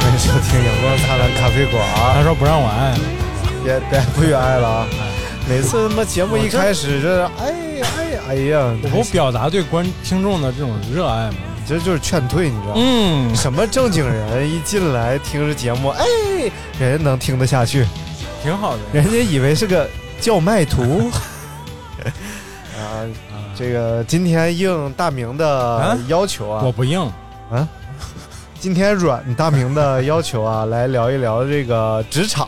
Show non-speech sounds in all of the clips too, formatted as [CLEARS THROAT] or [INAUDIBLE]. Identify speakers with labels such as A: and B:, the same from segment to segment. A: 欢迎收听阳光灿烂咖啡馆，
B: 他说不让我按，
A: 别别不愿爱了啊！
B: 哎
A: 每次他妈节目一开始，这哎呀哎呀哎呀，
B: 我不表达对观听众的这种热爱吗？
A: 这就是劝退，你知道吗？
B: 嗯，
A: 什么正经人一进来听着节目，哎，人家能听得下去，
B: 挺好的。
A: 人家以为是个叫卖
B: [LAUGHS]
A: 图啊。这个今天应大明的
B: 啊
A: 要求啊，
B: 我不硬，
A: 今天软大明的要求啊，来聊一聊这个职场，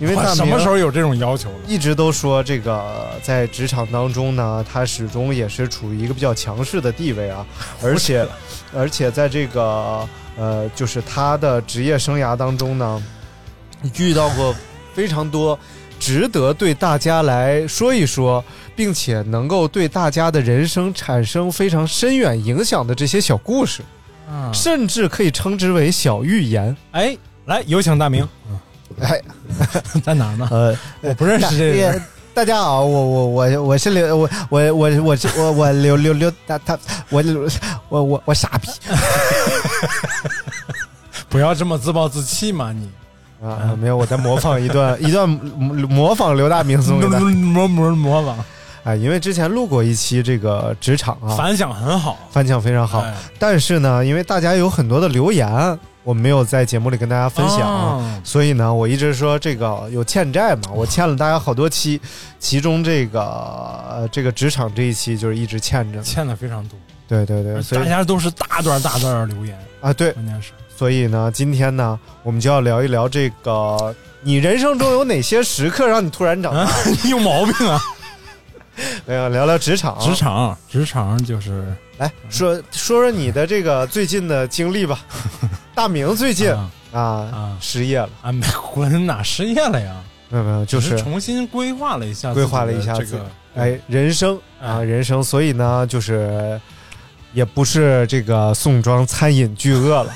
A: 因为
B: 我
A: 大明
B: 什么时候有这种要求了？
A: 一直都说这个在职场当中呢，他始终也是处于一个比较强势的地位
B: [LAUGHS]
A: 啊，而且而且在这个呃，就是他的职业生涯当中呢，遇到过非常多值得对大家来说一说，并且能够对大家的人生产生非常深远影响的这些小故事，
B: 啊
A: 甚至可以称之为小寓言。
B: 哎，来有请大明，
A: 哎，
B: 在哪儿呢？
A: 呃，
B: 我不认识这个人。
A: 大家
B: 啊
A: 好，我我我我是刘我我我我我我刘刘刘他他我我我我傻逼
B: 不要这么自暴自弃嘛，你。
A: 啊！没有，我在模仿一段一段模仿刘大明送给大家
B: 模模模仿，
A: 啊，因为之前录过一期这个职场啊，
B: 反响很好。
A: 反响非常好，
B: 哎
A: 但是呢，因为大家有很多的留言，我没有在节目里跟大家分享。
B: 啊
A: 所以呢，我一直说这个有欠债
B: 哦
A: 嘛，我欠了大家好多期，其中这个、呃这个职场这一期就是一直欠着，
B: 欠的非常多，
A: 对对对，所
B: 大
A: 以
B: 家都是大段大段的留言，
A: 啊对，
B: 关键是
A: 所以呢，今天呢，我们就要聊一聊这个你人生中有哪些时刻让你突然长
B: 啊
A: 大？，
B: [LAUGHS] 你有毛病啊！
A: 没有，聊聊职场。
B: 职，场，职场就是
A: 来说说说你的这个最近的经历
B: [LAUGHS]
A: 吧。大明最近
B: 啊
A: 啊
B: 啊
A: 失业了，
B: 啊，没滚哪失业了呀？
A: 没有没 [LAUGHS] 有，就
B: 只
A: 是
B: 重新规划了一下，
A: 规划了一下
B: 这
A: 自己
B: 个，
A: 哎人生啊
B: 哎
A: 人生，所以呢就是也不是这个宋庄餐饮巨鳄
B: [LAUGHS]
A: 了，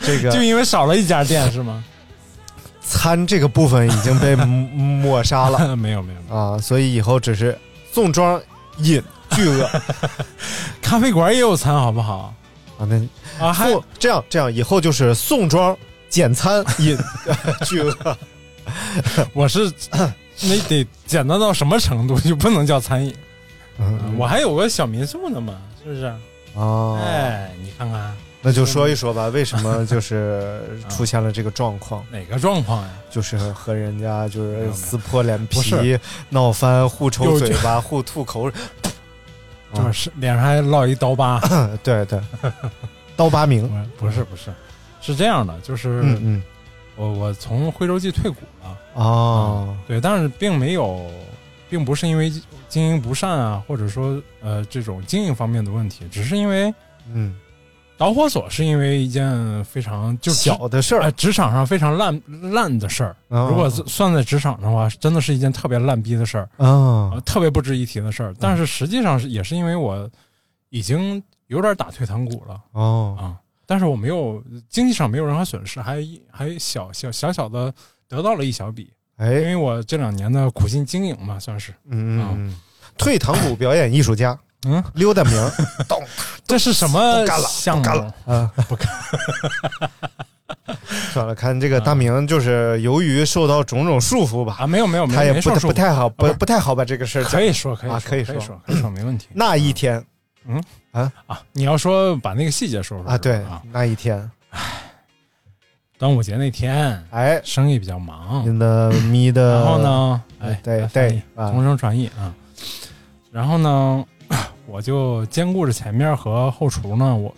A: 这个
B: 就因为少了一家店是吗？
A: 餐这个部分已经
B: [LAUGHS]
A: 被抹杀了。
B: 没有没有，没有
A: 啊，所以以后只是宋庄饮巨
B: [LAUGHS]
A: 鳄啊。
B: 咖啡馆也有餐，好不好？
A: 那
B: 啊，还
A: 宋这样这样，以后就是宋庄简餐饮巨
B: [LAUGHS]
A: 鳄。
B: 我是那得简单到什么程度就不能叫餐饮？啊我还有个小民宿呢嘛，是不是？
A: 嗯哦，
B: 哎，你看看
A: 那就说一说吧，为什么就是出现了这个状况，
B: 哪个状况呀？
A: 就是和人家就
B: 没有没
A: 是
B: 有
A: 撕破脸
B: 不
A: 皮
B: 是、
A: 闹翻、互抽
B: 有
A: 嘴
B: 这
A: 巴、互吐口水。
B: 这不是脸上还落一刀疤？
A: 嗯 [LAUGHS] 对
B: [LAUGHS]
A: 对，刀疤明，
B: 不是不是，是这样的，就是
A: 嗯嗯，
B: 我我从徽州记退股了，
A: 哦，
B: 对，但是并没有，并不是因为经营不善啊，或者说呃这种经营方面的问题，只是因为
A: 嗯，
B: 导火索是因为一件非常就职
A: 小的事儿
B: 哎，职场上非常烂烂的事儿。
A: 啊
B: 如果是算在职场的话，真的是一件特别烂逼的事儿，
A: 啊
B: 呃，特别不值一提的
A: 哦
B: 事儿。但是实际上是也是因为我已经有点打退堂鼓了
A: 哦，
B: 啊，但是我没有经济上没有任何损失，还还小小小小的得到了一小笔，因
A: 哎，
B: 为我这两年的苦心经营嘛，算是
A: 嗯嗯嗯，退堂鼓表演艺术家
B: 嗯
A: 溜达明儿， [LAUGHS]
B: 这是什么
A: 不干了
B: 项目？
A: 不干了啊，不干。算了，看这个大明就是由于受到种种束缚吧，
B: 啊，没有没有，没有
A: 他也
B: 没
A: 不
B: 受束
A: 不
B: 缚
A: 太好，
B: 啊
A: 不
B: 是
A: 不太好把这个事儿讲
B: 可以说可以
A: 啊
B: 说
A: 可以
B: 可
A: 说
B: 以说可以说没问题
A: 那一天
B: 啊。你要说把那个细节说说
A: 啊，对
B: 啊，，
A: 那一天，
B: 端午节那天
A: 哎，
B: 生意比较忙，
A: 你的咪的，
B: 然后？呢，
A: 嗯
B: 哎，
A: 呃对
B: 来翻译
A: 对啊
B: 同声传译啊。然后呢， [CLEARS THROAT] 我就兼顾着前面和后厨呢，我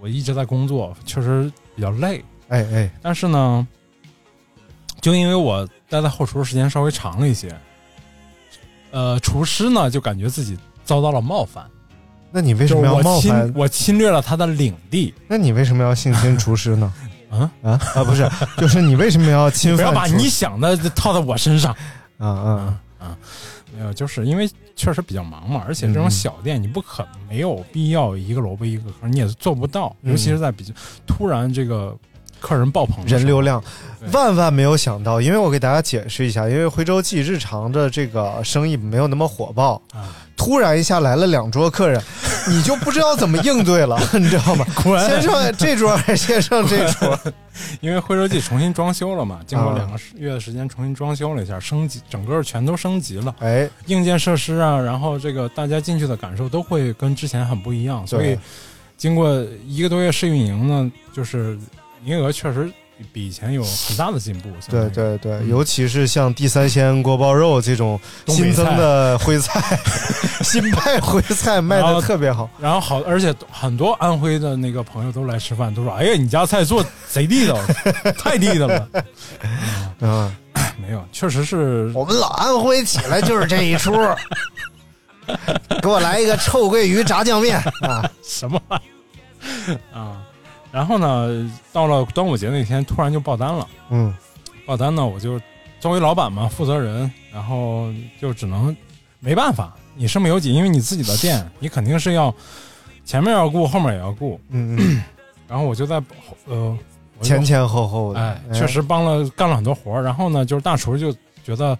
B: 我一直在工作，确实比较累。
A: 哎哎，
B: 但是呢，就因为我待在后厨的时间稍微长了一些，呃，厨师呢就感觉自己遭到了冒犯，
A: 那你为什
B: 就是
A: 么要
B: 我
A: 冒犯
B: 侵？我侵略了他的领地。
A: 那你为什么要性侵厨师呢？
B: [LAUGHS] 啊
A: 啊啊！不是，就是你为什么要侵
B: 不
A: 犯
B: 要
A: 厨？
B: 把你想的套在我
A: [LAUGHS]
B: 身上。
A: 啊啊！
B: 没有，就是因为确实比较忙嘛，而且这
A: 嗯
B: 种小店你不可没有必要一个萝卜一个坑，你也做不到，
A: 嗯
B: 尤其是在比较突然这个客人爆棚的时候
A: 人流量
B: 对，
A: 万万没有想到，因为我给大家解释一下，因为徽州记日常的这个生意没有那么火爆，
B: 啊，
A: 突然一下来了两桌客人，你就不知道怎么应对了， [LAUGHS] 你知道
B: [LAUGHS]
A: 吗？
B: 滚
A: 先上这桌，先上这
B: [LAUGHS]
A: 桌，
B: 因为徽州记重新装修了嘛，经过
A: 啊
B: 两个月的时间重新装修了一下，升级整个全都升级了，
A: 哎，
B: 硬件设施啊，然后这个大家进去的感受都会跟之前很不一样，所以
A: 对
B: 经过一个多月试运营呢，就是营业额确实比以前有很大的进步。相当
A: 对
B: 于
A: 对对，尤其是像地三鲜锅包肉这种
B: 东北
A: 新增的徽菜， [LAUGHS] 新派徽菜卖
B: 然后
A: 的特别好。
B: 然后好，而且很多安徽的那个朋友都来吃饭，都说：“哎呀，你家菜做贼地
A: [LAUGHS]
B: 道，太地道了。
A: 嗯，”
B: 没有，确实是
A: 哦
C: 我们老安徽起来就是这一
A: [LAUGHS]
C: 出，
A: 给我来一个臭鳜鱼炸酱面啊！
B: 什么玩意儿啊？然后呢，到了端午节那天，突然就爆单了。
A: 嗯，
B: 爆单呢，我就作为老板嘛，负责人，然后就只能没办法，你身不由己，因为你自己的店，你肯定是要前面要顾，后面也要顾。
A: 嗯嗯，
B: [CLEARS THROAT] 然后我就在呃，我就
A: 前前后后的，
B: 哎，确实帮了干了很多活儿。然后呢，就是大厨就觉得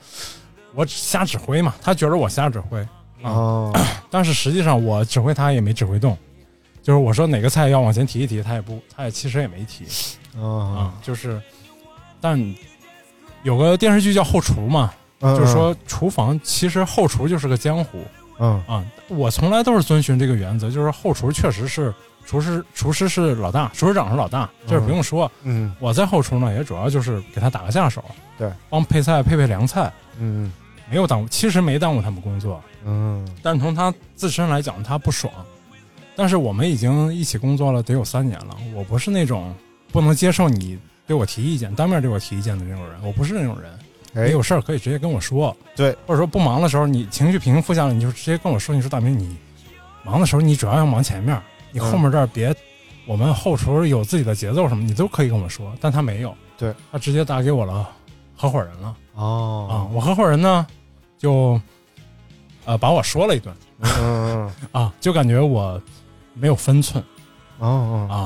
B: 我瞎指挥嘛，他觉得我瞎指挥，
A: 哦，
B: 但是实际上我指挥他也没指挥动。就是我说哪个菜要往前提一提，他也不，他也其实也没提
A: 哦
B: 啊、，就是，但有个电视剧叫《后厨》嘛，
A: 嗯
B: 就是，说厨房其实后厨就是个江湖
A: 嗯
B: 啊、我从来都是遵循这个原则，就是后厨确实是厨师，厨师是老大，厨师长是老大，这是不用说。
A: 嗯
B: 我在后厨呢，也主要就是给他打个下手，
A: 对，
B: 帮配菜配配凉菜，
A: 嗯
B: 没有耽误，其实没耽误他们工作，
A: 嗯
B: 但是从他自身来讲，他不爽。但是我们已经一起工作了得有三年了，我不是那种不能接受你对我提意见、当面对我提意见的那种人，我不是那种人。
A: 哎
B: 你有事儿可以直接跟我说，
A: 对，
B: 或者说不忙的时候，你情绪平复下来，你就直接跟我说，你说大明，你忙的时候你主要要忙前面，你后面这儿别，我们后厨有自己的节奏什么，你都可以跟我说，但他没有，
A: 对
B: 他直接打给我了合伙人了啊、
A: 哦，
B: 我合伙人呢就呃把我说了一顿
A: 嗯嗯
B: 啊，就感觉我没有分寸
A: 嗯哦，
B: 啊，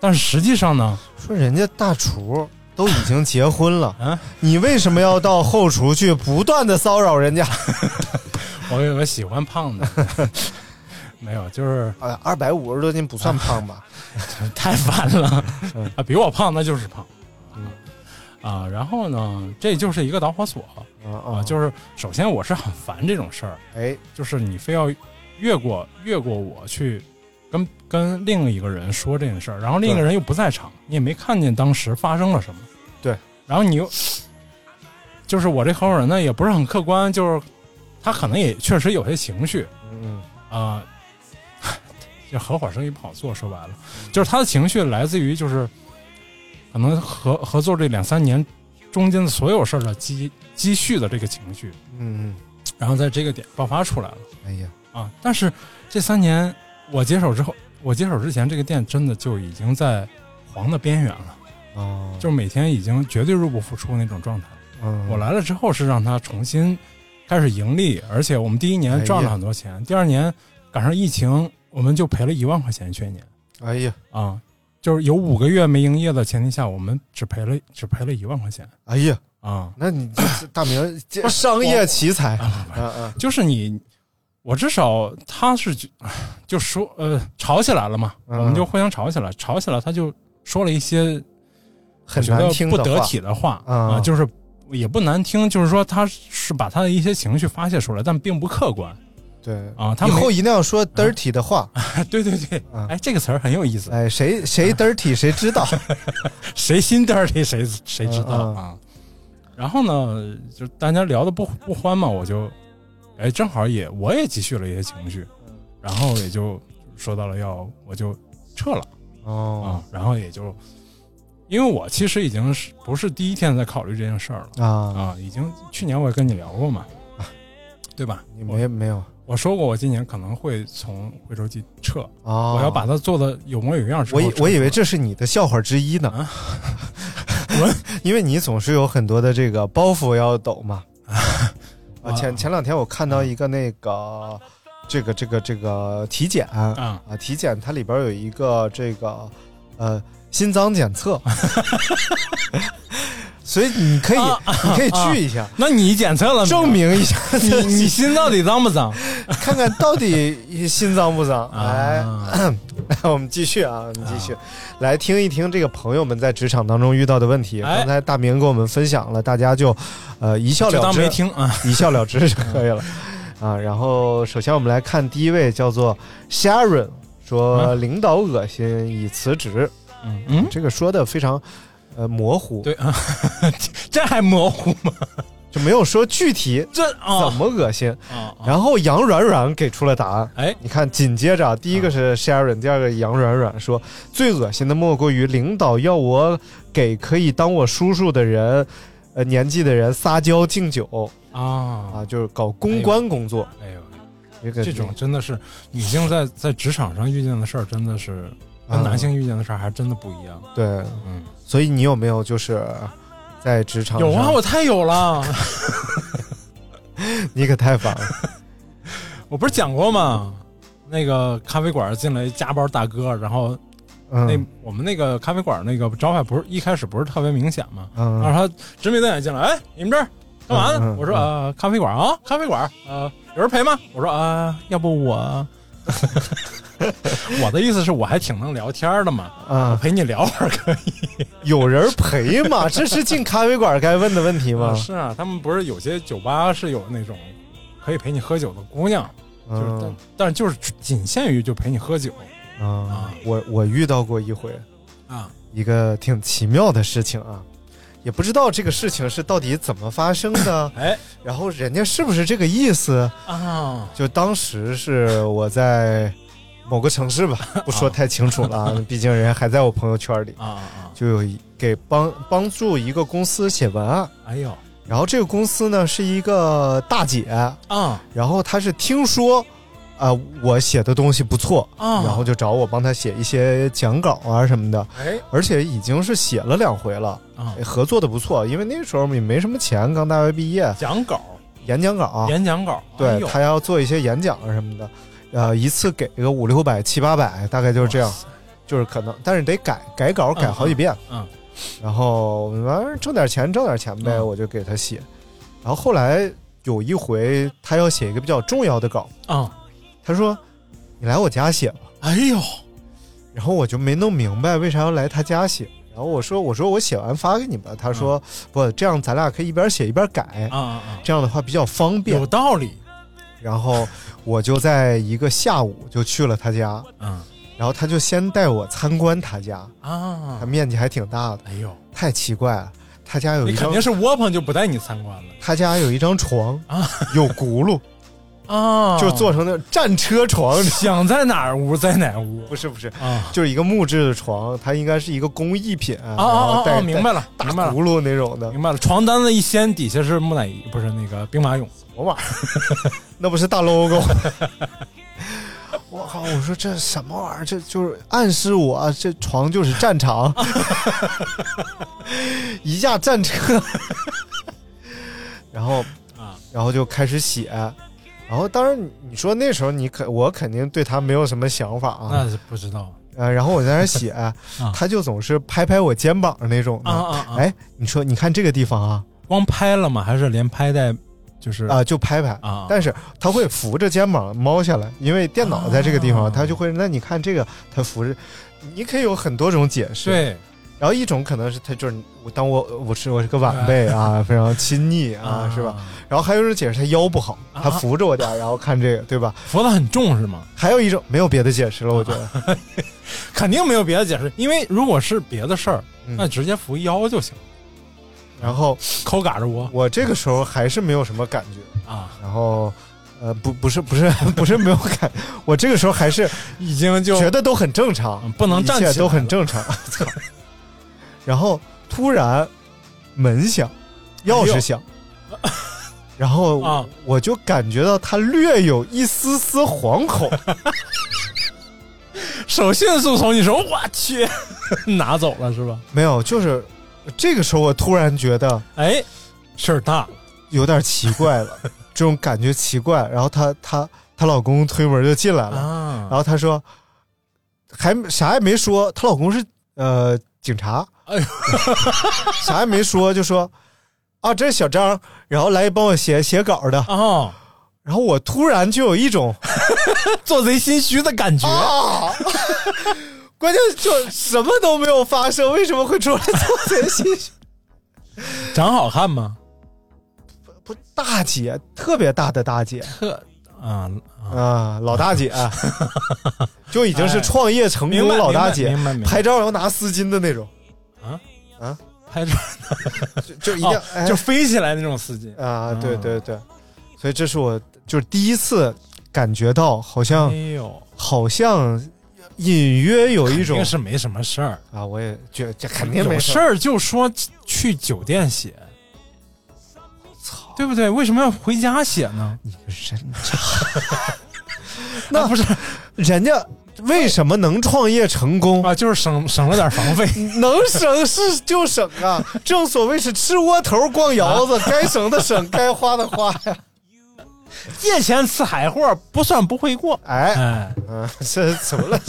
B: 但是实际上呢，
A: 说人家大厨都已经结婚了，
B: 啊，
A: 你为什么要到后厨去不断的骚扰人家？
B: 我有个喜欢胖的， [LAUGHS] 没有，就是
A: 啊，二百五十多斤不算胖吧？
B: [LAUGHS] 太烦了嗯
A: 嗯
B: [LAUGHS] 啊！比我胖那就是胖，啊，然后呢，这就是一个导火索啊，
A: 啊
B: 就是首先我是很烦这种事儿，
A: 哎，
B: 就是你非要越过越过我去跟跟另一个人说这件事儿，然后另一个人又不在场，你也没看见当时发生了什么，
A: 对，
B: 然后你又就是我这合伙人呢也不是很客观，就是他可能也确实有些情绪，
A: 嗯
B: 啊、 [LAUGHS] 这合伙生意不好做，说白了，就是他的情绪来自于就是可能合合作这两三年中间的所有事儿的积积蓄的这个情绪，
A: 嗯，
B: 然后在这个点爆发出来了
A: 哎呀，
B: 啊。但是这三年我接手之后，我接手之前，这个店真的就已经在黄的边缘了，
A: 哦，
B: 就是每天已经绝对入不敷出那种状态。
A: 嗯
B: 我，来了之后是让他重新开始盈利，而且我们第一年赚了很多钱，第二年赶上疫情，我们就赔了一万块钱全年
A: 哎呀，
B: 啊，就是有五个月没营业的前提下，我们只赔了只赔了一万块钱
A: 哎呀，
B: 啊，
A: 那你这大明这商业奇才，
B: 啊
A: 嗯嗯
B: 就是你我至少他是就就说呃吵起来了嘛，
A: 嗯
B: 我们就互相吵起来，吵起来他就说了一些
A: 很
B: 觉
A: 难
B: 得
A: 听
B: 不
A: 的
B: 得
A: 话
B: 体的话
A: 啊
B: 啊、就是也不难听，就是说他是把他的一些情绪发泄出来，但并不客观
A: 对
B: 啊。他
A: 以
B: 没
A: 后一定要说 dirty 的话，
B: 对对对，
A: 啊
B: 哎，这个词儿很有意思，
A: 哎，谁谁 dirty 谁知道，
B: 啊谁心底儿里谁谁知道
A: 嗯嗯
B: 啊？然后呢，就大家聊的不不欢嘛，我就哎，正好也我也积蓄了一些情绪，
A: 嗯
B: 然后也就说到了要我就撤了
A: 哦
B: 啊，然后也就因为我其实已经是不是第一天在考虑这件事儿了
A: 啊，
B: 啊，已经去年我也跟你聊过嘛，对吧？
A: 你
B: 我
A: 没没有
B: 我说过我今年可能会从惠州记撤，
A: 哦，
B: 我要把它做的有模有样之后
A: 我以
B: 撤
A: 我以
B: 出
A: 为
B: 来
A: 这是你的笑话之一呢， [LAUGHS]
B: 啊我
A: 因为你总是有很多的这个包袱要抖
B: [LAUGHS]
A: 嘛。啊，
B: 啊
A: 前前两天我看到一个那个这个这个这个体检啊，
B: 啊。
A: 体检它里边有一个这个呃心脏检
B: [LAUGHS]
A: 测，所以你可以
B: 啊
A: 你可以去一下，
B: 那你检测了没有啊
A: 证明一下 [LAUGHS]
B: 你你心到底脏不脏？
A: 看看到底心脏不脏？
B: 啊
A: 哎， [LAUGHS] 我们继续啊，我们继续、来听一听这个朋友们在职场当中遇到的问题。
B: 哎
A: 刚才大明给我们分享了，大家就呃一笑
B: 就
A: 了
B: 当
A: 之，
B: 没听啊。
A: [LAUGHS] 一笑了之就可以
B: [LAUGHS]
A: 了啊。然后首先我们来看第一位叫做 Sharon，说
B: 嗯
A: 领导恶心已辞职，
B: 嗯嗯，
A: 这个说的非常呃模糊，
B: 对 [LAUGHS] 啊，这还模糊吗？
A: 就没有说具体
B: 这
A: 怎
B: 啊
A: 么恶心。
B: 啊啊！
A: 然后杨软软给出了答案。
B: 哎，
A: 你看，紧接着啊，第一个是 Sharon，、第二个杨软软说，最恶心的莫过于领导要我给可以当我叔叔的人，呃，年纪的人撒娇敬酒
B: 啊
A: 啊，，就是搞公关工作。
B: 哎呦，
A: 这个
B: 这种真的是女性在在职场上遇见的事儿，真的是
A: 嗯
B: 跟男性遇见的事儿还真的不一样。
A: 对，
B: 嗯，
A: 所以你有没有就是呃在职场
B: 有啊，
A: 上
B: 我太有了，
A: 你可太
B: [LAUGHS]
A: 烦了。
B: 我不是讲过吗？那个咖啡馆进来一加班大哥，然后那
A: 嗯
B: 我们那个咖啡馆那个招牌不是一开始不是特别明显吗？然
A: 嗯
B: 后他直眉瞪眼进来，哎，你们这儿干嘛呢？
A: 嗯嗯
B: 我说
A: 嗯
B: 呃，咖啡馆啊，咖啡馆，呃，有人陪吗？我说啊、要不我， [LAUGHS] 我的意思是我还挺能聊天的嘛，我 [LAUGHS]
A: 啊，
B: 陪你聊会儿可以
A: 有人陪吗？这是进咖啡馆该问的问题吗？
B: 是 [LAUGHS] 啊，他们不是有些酒吧是有那种可以陪你喝酒的姑娘，就是、但
A: 嗯
B: 但就是仅限于就陪你喝酒
A: 啊，我我遇到过一回。
B: 啊，，
A: 一个挺奇妙的事情啊，也不知道这个事情是到底怎么发生的
B: [LAUGHS] 哎
A: 然后人家是不是这个意思？
B: 啊，
A: 就当时是我在某个城市吧，不说太清楚了啊，毕竟人家还在我朋友圈里
B: 啊，啊！
A: 就有一给帮帮助一个公司写文案，
B: 哎呦
A: 然后这个公司呢是一个大姐，
B: 啊
A: 然后她是听说。啊、我写的东西不错，
B: 啊
A: 然后就找我帮她写一些讲稿啊什么的，
B: 哎
A: 而且已经是写了两回了，
B: 啊
A: 哎，合作的不错，因为那时候也没什么钱，刚大学毕业，
B: 讲稿、
A: 演讲稿，
B: 演讲稿，哎
A: 啊对
B: 呦
A: 他要做一些演讲啊什么的，呃，一次给个五六百、七八百，大概就是这样
B: 哇，塞
A: 就是可能，但是得改改稿，改好几遍，
B: 嗯
A: 然后完正挣点钱，挣点钱呗，
B: 嗯
A: 我就给他写，然后后来有一回他要写一个比较重要的稿，
B: 啊，
A: 他说：“你来我家写吧。”
B: 哎呦。
A: 然后我就没弄明白为啥要来他家写。然后我说我说我写完发给你吧。他说、
B: 嗯
A: 不，这样咱俩可以一边写一边改，
B: 啊啊啊！
A: 这样的话比较方便
B: 有。道理。
A: 然后我就在一个下午就去了他家，
B: 嗯
A: 然后他就先带我参观他家，他
B: 啊，
A: 面积还挺大的，
B: 哎呦，
A: 太奇怪了。他家有
B: 你
A: 一
B: 肯
A: 张
B: 定是窝棚就不带你参观了
A: 他家有一张床
B: 啊，
A: 有轱辘，
B: [LAUGHS] 啊
A: 就做成那种战车
B: [LAUGHS]
A: 床。
B: 想在哪儿屋在哪儿屋
A: 不是不是，
B: 啊
A: 就是一个木质的床，它应该是一个工艺品，然
B: 啊啊
A: 后
B: 啊
A: 带
B: 啊！明白了，
A: 带
B: 明白
A: 大
B: 了，
A: 轱辘那种的。
B: 明白了。床单子一掀，底下是木乃伊，不是那个兵马俑。
A: 我玩意儿， [LAUGHS] 那不是大 logo。我靠！我说这什么玩意儿？这就是暗示我啊，这床就是战
B: [LAUGHS]
A: 场，一架战车。 [LAUGHS] 然后
B: 啊，
A: 然后就开始写。然后当然你说那时候你肯我肯定对他没有什么想法啊。
B: 那是不知道
A: 呃，然后我在那儿
B: [LAUGHS]
A: 写，他就总是拍拍我肩膀那种的。
B: 嗯
A: 哎
B: 啊啊啊！
A: 哎，你说你看这个地方啊，
B: 光拍了吗？还是连拍带就是
A: 啊、就拍拍
D: 啊
A: 但是他会扶着肩膀猫下来，因为电脑在这个地方，他就会。那你看这个，他扶着，你可以有很多种解释。，
B: 对，
A: 然后一种可能是他就是我当我我是我是个晚辈啊，非常亲昵啊，是吧？？然后还有一种解释，他腰不好，
D: 啊
A: 他扶着我点儿，然后看这个，对吧？
D: 佛的很重是吗？
A: 还有一种没有别的解释了，我觉得。
B: 肯定没有别的解释，因为如果是别的事儿，
A: 嗯
B: 那直接扶腰就行，
A: 然后
B: 抠嘎着窝
A: 我这个时候还是没有什么感觉，
B: 啊，
A: 然后呃，不不是不是 [LAUGHS] 不是没有感，我这个时候还是
B: 已经就
A: 觉得都很正常，
B: 嗯不能站起
A: 一
B: 来
A: 切都很正常。 [LAUGHS] 操然后突然门响，钥匙
B: [LAUGHS]
A: 响，然后
B: 啊
A: 我就感觉到他略有一丝丝惶
B: [LAUGHS]
A: 恐，
B: 手迅速从你手，我去 [LAUGHS] 拿走了是吧？
A: 没有，就是这个时候我突然觉得
B: 哎，事儿大了，
A: 有点奇怪了，这种感觉奇怪。然后她她她老公推门就进来了，
B: 啊
A: 然后她说还啥也没说，她老公是呃警察，
B: 哎呦
A: [LAUGHS] 啥也没说就说啊这是小张，然后来帮我写写稿的。
B: 哦，
A: 然后我突然就有一种
B: 做贼心虚的感觉，
A: 啊。 [LAUGHS] 关键就什么都没有发生，为什么会出来做贼心虚？
B: 长好看吗？
A: 不，大姐，特别大的大姐，
B: 特啊，哎
A: 啊，老大姐，就已经是创业成
B: 明
A: 功
B: 白
A: 老大姐，
B: 明白明白，
A: 拍照要拿丝巾的那种，
B: 拍照哦
A: 就就一定要、哎
B: 就飞起来那种丝巾，
A: 啊，对
B: 嗯
A: 对对，所以这是我就是第一次感觉到，好像、
B: 哎呦，
A: 好像隐约有一
B: 肯
A: 种
B: 定是没什么事儿，
A: 啊，我也觉这肯定没
B: 有
A: 事
B: 事
A: 儿，
B: 儿就说去酒店写，操，对不对？为什么要回家写呢？
A: 嗯 [LAUGHS] 人
B: 那不是
A: 人家为什么能创业成功？
B: 啊，就是省省了点房费，
A: [LAUGHS] 能省是就省啊， [LAUGHS] 正所谓是吃窝头逛窑子，该省的省，该花的花呀。
B: [LAUGHS] 借钱吃海货不算不会过。
A: 哎，
B: 哎，
A: 嗯，这怎么了？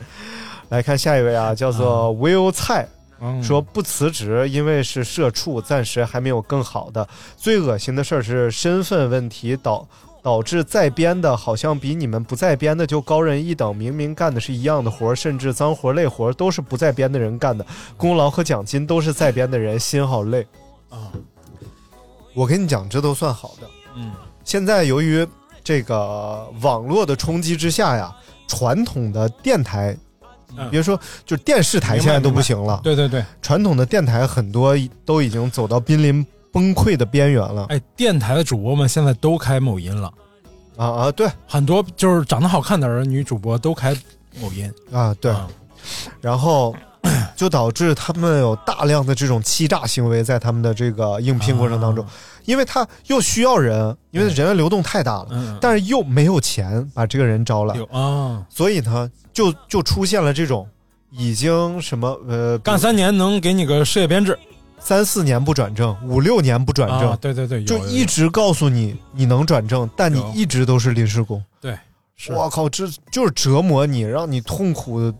A: [LAUGHS] 来看下一位啊，叫做 Will 蔡，
B: 嗯
A: 说不辞职，因为是社畜，暂时还没有更好的。最恶心的事儿是身份问题导导致在编的，好像比你们不在编的就高人一等，明明干的是一样的活儿，甚至脏活累活儿都是不在编的人干的，功劳和奖金都是在编的人，心好累
B: 啊。
A: 我跟你讲，这都算好的。
B: 嗯，
A: 现在由于这个网络的冲击之下呀，传统的电台
B: 嗯，
A: 别说就是电视台
B: 明白
A: 现在都不行了，
B: 对对对，
A: 传统的电台很多都已经走到濒临崩溃的边缘了
B: 哎，电台的主播们现在都开某音了，
A: 啊啊！对
B: 很多就是长得好看的儿女主播都开某音。
A: 啊对，
B: 啊
A: 然后就导致他们有大量的这种欺诈行为在他们的这个应聘过程当中，
B: 啊
A: 因为他又需要人，因为人员流动太大了，
B: 嗯，
A: 但是又没有钱把这个人招来，
B: 有啊，
A: 所以呢，就就出现了这种已经什么呃，
B: 干三年能给你个事业编制，
A: 三四年不转正，五六年不转正，
B: 啊对对对，有
A: 就
B: 有
A: 一直告诉你你能转正，但你
B: 有
A: 一直都是临时工。
B: 对，是
A: 我靠，这就是折磨你，让你痛苦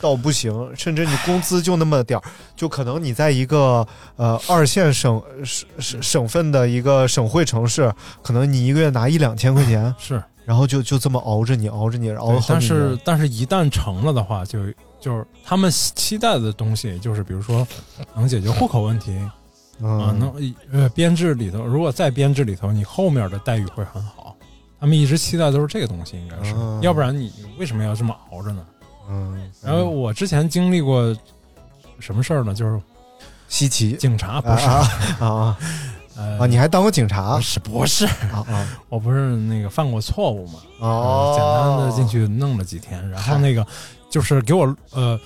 A: 到不行，甚至你工资就那么点儿，就可能你在一个呃二线省省省省份的一个省会城市，可能你一个月拿一两千块钱，
B: 是，
A: 然后就就这么熬着你，熬着你，熬
B: 对
A: 了好
B: 但
A: 几
B: 是
A: 年。
B: 但是，一旦成了的话，就就是他们期待的东西，就是比如说能解决户口问题啊，
A: 嗯，
B: 能呃编制里头，如果在编制里头，你后面的待遇会很好。他们一直期待都是这个东西，应该是，
A: 嗯
B: 要不然你为什么要这么熬着呢？
A: 嗯，
B: 然后我之前经历过什么事儿呢？就是
A: 稀奇
B: 警察不是、
A: 啊啊啊
B: 呃
A: 啊！你还当过警察
B: 不是不是，
A: 啊啊！
B: 我不是那个犯过错误嘛，
A: 哦，
B: 嗯简单的进去弄了几天，然后那个就是给我呃，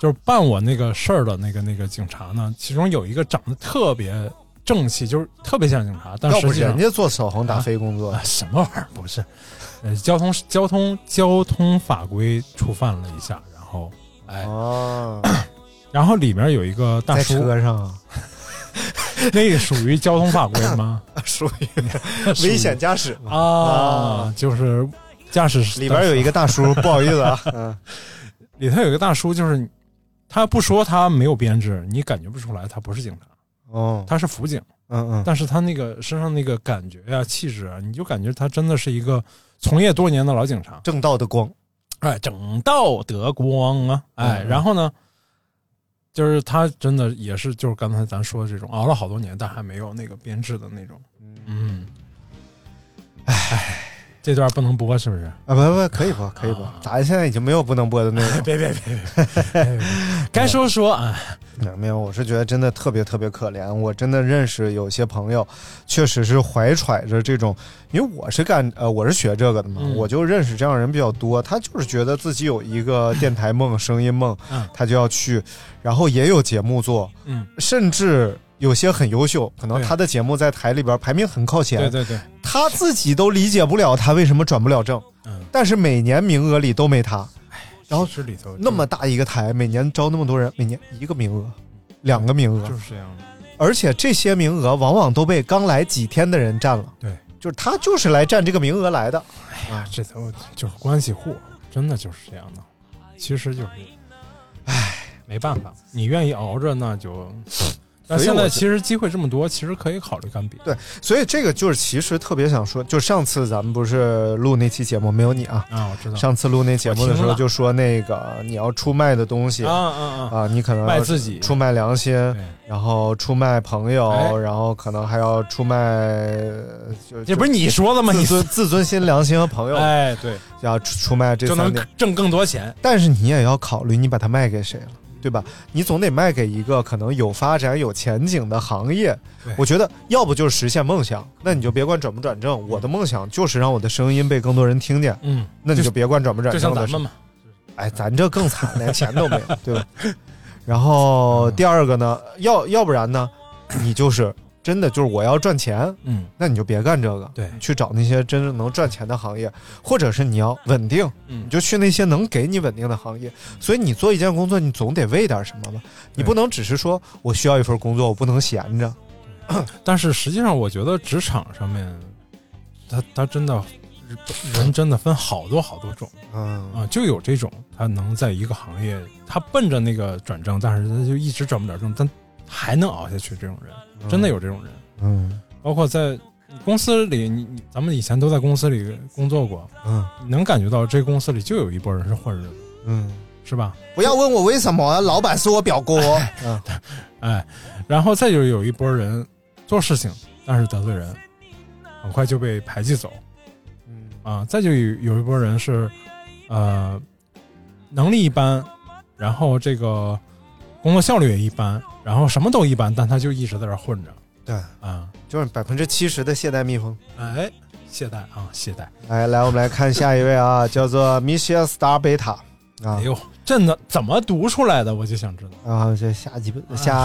B: 就是办我那个事儿的那个那个警察呢，其中有一个长得特别正气，就是特别像警察，但
A: 要不
B: 实际上
A: 人家做扫黄打非工作
B: 啊，什么玩意儿不是，呃，交通交通交通法规触犯了一下，然后哎，
A: [CLEARS THROAT] 啊，
B: 然后里面有一个大
A: 在
B: 叔，
A: 车上啊
B: 那个属于交通法规吗？
A: [LAUGHS] 属于
B: 属
A: [LAUGHS]
B: 于
A: 危险驾驶嘛
B: 啊，就是驾驶
A: [LAUGHS] 里边有一个大叔，不好意思 [LAUGHS] 啊，嗯
B: 里头有一个大叔，就是他不说他没有编制，你感觉不出来他不是警察，
A: 哦
B: 他是辅警。
A: 嗯嗯，
B: 但是他那个身上那个感觉呀、气质啊，你就感觉他真的是一个从业多年的老警察，
A: 正道的光，
B: 哎，整道德光啊，哎，
A: 嗯
B: 然后呢，就是他真的也是就是刚才咱说的这种熬了好多年，但还没有那个编制的那种，嗯，哎，这段不能播是不是？，
A: 啊，不不，可以播，可以播。啊咱现在已经没有不能播的内 [LAUGHS] 容
B: 别别别别， [LAUGHS] 该说说啊，
A: 嗯没有，我是觉得真的特别特别可怜。我真的认识有些朋友，确实是怀揣着这种，因为我是干呃我是学这个的嘛，
B: 嗯
A: 我就认识这样人比较多。他就是觉得自己有一个电台 [LAUGHS] 梦、声音梦
B: 嗯，
A: 他就要去，然后也有节目做，
B: 嗯，
A: 甚至有些很优秀，可能
B: 对
A: 他的节目在台里边排名很靠前，
B: 对对对，
A: 他自己都理解不了他为什么转不了正，
B: 嗯
A: 但是每年名额里都没他。然后
B: 是里头
A: 那么大一个台，每年招那么多人，每年一个名额，两个名额，
B: 就是这样的，
A: 而且这些名额往往都被刚来几天的人占了。
B: 对，
A: 就是他就是来占这个名额来的。
B: 哎呀，这都就是关系户，真的就是这样的，其实就是，唉，没办法，你愿意熬着那就。但
A: 所以
B: 现
A: 我
B: 在
A: 是
B: 其实机会这么多，其实可以考虑干别的。
A: 对所以这个就是其实特别想说，就上次咱们不是录那期节目没有你啊？
B: 啊，我知道。
A: 上次录那节目的时
B: 我听
A: 候
B: 了
A: 就说那个你要出卖的东西 [LAUGHS]
B: 啊
A: 啊
B: 啊啊！
A: 你可能
B: 卖
A: 要
B: 自己
A: 出卖良心，
B: 对
A: 然后出卖朋友，
B: 哎
A: 然后可能还要出卖呃就
B: 这不是你说的吗？你
A: 自尊、自尊心、良心和朋友，
B: 哎，对，
A: 要出出卖这
B: 就
A: 三
B: 能
A: 点。
B: 挣更多钱。
A: 但是你也要考虑，你把它卖给谁了，对吧？你总得卖给一个可能有发展、有前景的行业
B: 对。
A: 我觉得，要不就是实现梦想，那你就别管转不转正。我的梦想就是让我的声音被更多人听见，
B: 嗯，
A: 那你就别管转不转
B: 就
A: 正
B: 像
A: 的
B: 咱
A: 事
B: 们嘛，
A: 哎，咱这更惨，连钱都没有，对吧？然后第二个呢，要要不然呢，你就是真的就是我要赚钱，
B: 嗯，
A: 那你就别干这个，
B: 对
A: 去找那些真正能赚钱的行业，或者是你要稳定，
B: 嗯
A: 你就去那些能给你稳定的行业。所以你做一件工作，你总得为点什么吧？你不能只是说我需要一份工作，我不能闲着。
B: 但是实际上，我觉得职场上面，他他真的人真的分好多好多种
A: 嗯
B: 啊，就有这种他能在一个行业，他奔着那个转正，但是他就一直转不了正，但还能熬下去，这种人真的有这种人。
A: 嗯
B: 包括在公司里，你你咱们以前都在公司里工作过，
A: 嗯
B: 你能感觉到这公司里就有一波人是混日子，
A: 嗯，
B: 是吧？
A: 不要问我为什么，老板是我表哥。嗯
B: 哎， [LAUGHS] 然后再就是有一波人做事情，但是得罪人，很快就被排挤走
A: 嗯
B: 啊。再就有有一波人是，呃，能力一般，然后这个工作效率也一般，然后什么都一般，但他就一直在这儿混着
A: 对，
B: 啊。
A: 就是百分之七十的懈怠蜜蜂。
B: 哎，懈怠啊，懈怠！
A: 来来，我们来看下一位啊，叫做 Michelle Star Beta 啊
B: 哎呦，这呢怎么读出来的？我就想知道。
A: 啊，这下几
B: [LAUGHS]
A: 下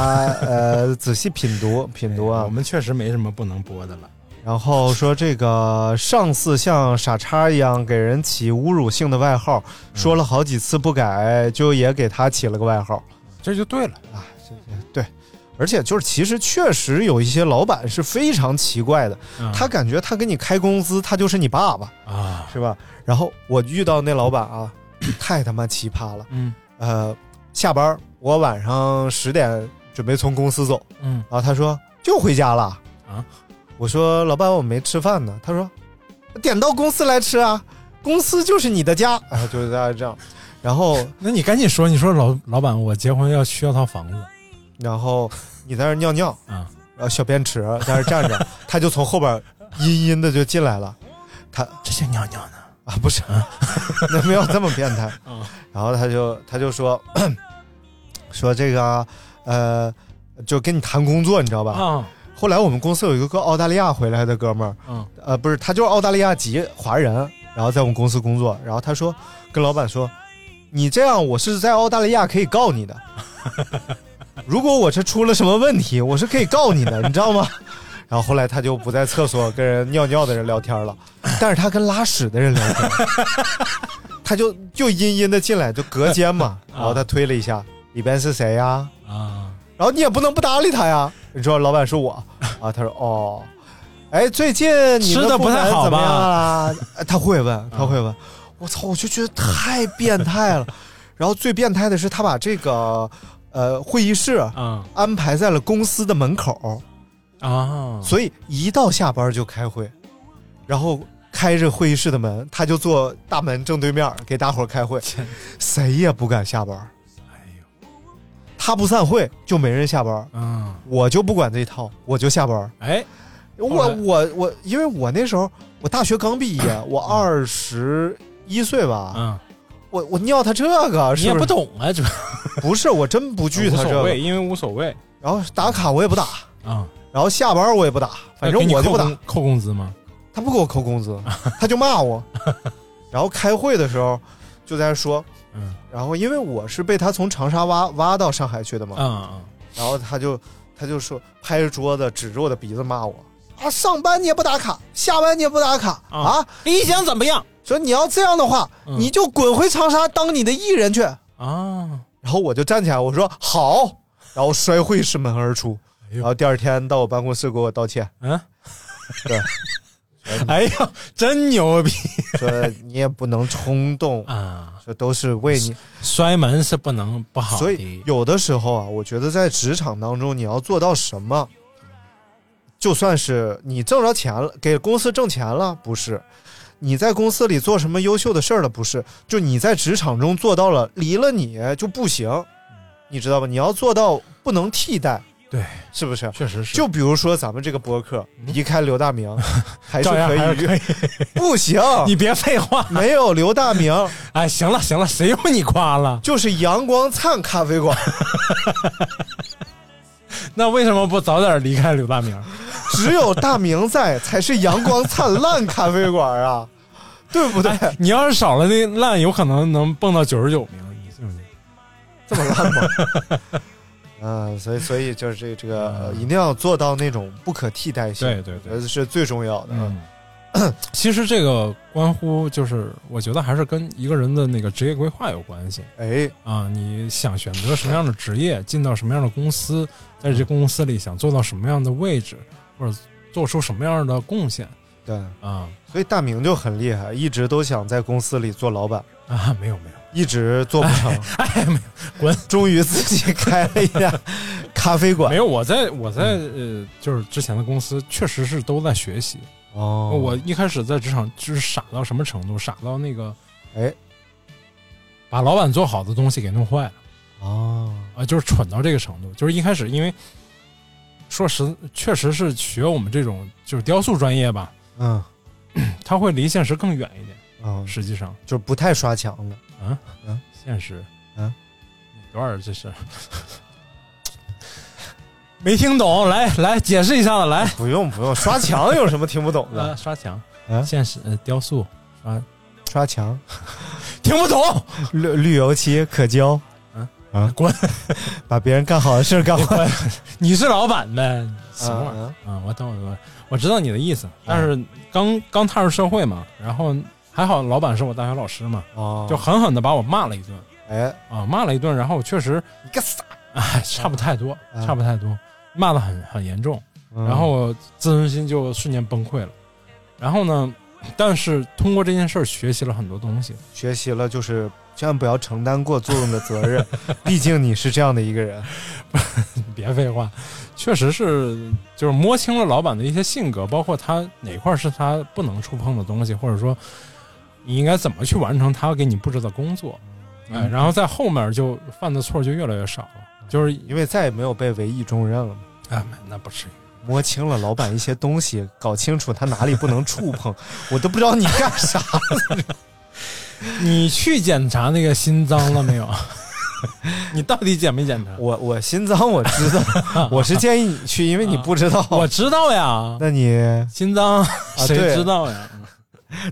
A: 呃仔细品读品读
B: 哎
A: 啊
B: 我，们确实没什么不能播的了。
A: 然后说这个上司像傻叉一样给人起侮辱性的外号，说了好几次不改，就也给他起了个外号
B: 这就对了，
A: 啊，这这对。而且就是，其实确实有一些老板是非常奇怪的，
B: 嗯
A: 他感觉他给你开工资，他就是你爸爸，
B: 啊，
A: 是吧？然后我遇到那老板
B: [LAUGHS]
A: 啊，太他妈奇葩了。
B: 嗯
A: 呃，下班儿我晚上十点准备从公司走，
B: 嗯
A: 然后他说就回家了
B: 啊。
A: 我说老板，我没吃饭呢。他说点到公司来吃啊，公司就是你的家。 [LAUGHS] 啊，就是大家这样。然后，
B: 那你赶紧说，你说老老板，我结婚要需要套房子
A: 然后你在那儿尿尿，
B: 啊，
A: 然后小便池在那儿站
B: [LAUGHS]
A: 着，他就从后边阴阴的就进来了。他
B: 这就尿尿呢。
A: 啊，不是， [LAUGHS] 那没有这么变态
B: 嗯。
A: 然后他就他就说 [CLEARS THROAT] 说这个呃，就跟你谈工作，你知道吧？
B: 啊，
A: 后来我们公司有一个澳大利亚回来的哥们儿，
B: 嗯
A: 呃，不是，他就是澳大利亚籍华人，然后在我们公司工作。然后他说跟老板说，你这样我是在澳大利亚可以告你的，如果我是出了什么问题，我是可以告你的，你知道吗？ [LAUGHS] 然后后来他就不在厕所跟人尿尿的人聊天了，但是他跟拉屎的人聊天，他就就阴阴的进来，就隔间嘛，然后他推了一下，里边是谁呀、
B: 啊，
A: 然后你也不能不搭理他呀。你说老板是我啊，他说哦，哎，最近你们
B: 吃得不太
A: 部门
B: 好吧
A: 怎么样啦？哎 [LAUGHS] 他会问，他会问。我操，我就觉得太变态 [LAUGHS] 了。然后最变态的是，他把这个呃会议室
B: 啊，
A: 嗯安排在了公司的门口。
B: 啊，
A: 所以一到下班就开会，然后开着会议室的门，他就坐大门正对面给大伙儿开会，谁也不敢下班。
B: 哎呦，
A: 他不散会就没人下班，
B: 啊，
A: 我就不管这一套，我就下班。
B: 哎，
A: 我
B: 来
A: 我我，因为我那时候我大学刚毕业，我二十一岁吧，
B: 嗯，
A: 我我尿他这个
B: 你
A: 是
B: 也
A: 不
B: 不
A: 是？
B: 懂啊，主要
A: 不是，我真不惧
B: 无
A: 他这
B: 所
A: 个
B: 谓，。因为无所谓
A: 然后打卡我也不打，
B: 啊，
A: 然后下班我也不打，反正
B: 哎那给你
A: 我就不
B: 扣
A: 打。
B: 工扣工资吗？
A: 他不给我扣工资，他就骂
B: [LAUGHS]
A: 我。然后开会的时候就在那说，
B: 嗯
A: 然后因为我是被他从长沙挖挖到上海去的嘛，
B: 啊
A: 然后他就他就说拍着桌子指着我的鼻子骂我啊，上班你也不打卡，下班你也不打卡
B: 啊
A: 啊，
B: 你想怎么样
A: 说你要这样的话，
B: 嗯
A: 你就滚回长沙当你的艺人去。
B: 啊？
A: 然后我就站起来我说好，然后摔会议室门而出，
B: 哎
A: 然
B: 呦，
A: 后第二天到我办公室给我道歉，
B: 嗯，
A: 对，
B: 哎呀，真牛逼
A: 说 [LAUGHS] 你也不能冲动，
B: 啊！
A: 这都是为你。
B: 摔门是不能不好的，
A: 所以有的时候啊，我觉得在职场当中，你要做到什么，就算是你挣着钱了，给公司挣钱了，不是；你在公司里做什么优秀的事儿了，不是；就你在职场中做到了，离了你就不行，你知道吧？你要做到不能替代，
B: 对，
A: 是不是？
B: 确实是嗯
A: 就比如说咱们这个播客，离开刘大
B: [LAUGHS]
A: 明还是
B: 照样
A: 可
B: 还
A: 以，
B: 是可以。啊
A: 不行，
B: [LAUGHS] 你别废话，
A: 没有刘大明。
B: 哎，行了行了，谁用你夸了？
A: 就是阳光灿咖啡馆，
B: 那为什么不早点离开刘大明？
A: 只有大明在才是阳光灿烂咖啡馆 [LAUGHS] 啊，对不对？
B: 哎，你要是少了那烂，有可能能蹦到九十九名，你信不信？
A: 这么烂吗？ [LAUGHS] 嗯，所以所以就是这这个、呃一定要做到那种不可替代性，
B: 对对对
A: 我觉得是最重要的。
B: 嗯，其实这个关乎就是，我觉得还是跟一个人的那个职业规划有关系
A: 哎，
B: 啊。你想选择什么样的职业，进到什么样的公司，在这公司里想做到什么样的位置，或者做出什么样的贡献
A: 对，
B: 啊
A: 所以大明就很厉害，一直都想在公司里做老板，
B: 啊，没有没有，
A: 一直做不 [LAUGHS] 成，
B: [LAUGHS] 哎没有滚。
A: 终于自己开了一 [LAUGHS] 家咖啡馆
B: 没。有，我在我在、呃，就是之前的公司确实是都在学习。
A: 哦
B: 我一开始在职场就是傻到什么程度？傻到那个
A: 哎，
B: 把老板做好的东西给弄坏了
A: 哦，
B: 啊，就是蠢到这个程度。就是一开始因为说实，确实是学我们这种就是雕塑专业吧，
A: 嗯
B: 它会离现实更远一点。
A: 嗯，
B: 实际上，
A: 就是不太刷墙了。
B: 现实，
A: 嗯，
B: 多少这是没听懂，来来解释一下子，来。
A: [LAUGHS] 不用不用，刷墙有什么听不懂
B: 呃，
A: 的？
B: 刷墙，
A: 啊
B: 现实、呃、雕塑啊，
A: [LAUGHS] 刷墙，
B: 听不懂，
A: 绿绿油漆可浇，
B: 嗯
A: 啊，
B: 滚！
A: 把别人干好的事儿干 [LAUGHS] 好。
B: 你是老板呗，什么玩意儿？
A: 嗯
B: 嗯，我懂我懂，我知道你的意思，但是刚刚踏入社会嘛，然后还好老板是我大学老师嘛，
A: 哦，
B: 就狠狠的把我骂了一顿
A: 哎，
B: 啊，骂了一顿，然后我确实
A: 你个傻！
B: [LAUGHS] 哎差不太多，
A: 嗯
B: 差不太多，骂的很很严重，然后我自尊心就瞬间崩溃了，然后呢，但是通过这件事儿学习了很多东西， [LAUGHS]
A: 学习了，就是千万不要承担过作用的责任， [LAUGHS] 毕竟你是这样的一个人。
B: 别废话，确实是就是摸清了老板的一些性格，包括他哪块儿是他不能触碰的东西，或者说你应该怎么去完成他给你布置的工作，
A: 嗯
B: 哎，然后在后面就犯的错就越来越少了，就是
A: 因为再也没有被委以重任了嘛。
B: 哎，那不至于。
A: 摸清了老板一些东西，搞清楚他哪里不能触碰，我都不知道你干啥。
B: 你去检查那个心脏了 [LAUGHS] 没有？你到底检没检查？
A: [LAUGHS] 我我心脏我知道，我是建议你去，因为你不啊知道。
B: 我啊知道呀，
A: 那你
B: 心脏 [LAUGHS] 谁
A: 对
B: 知道呀？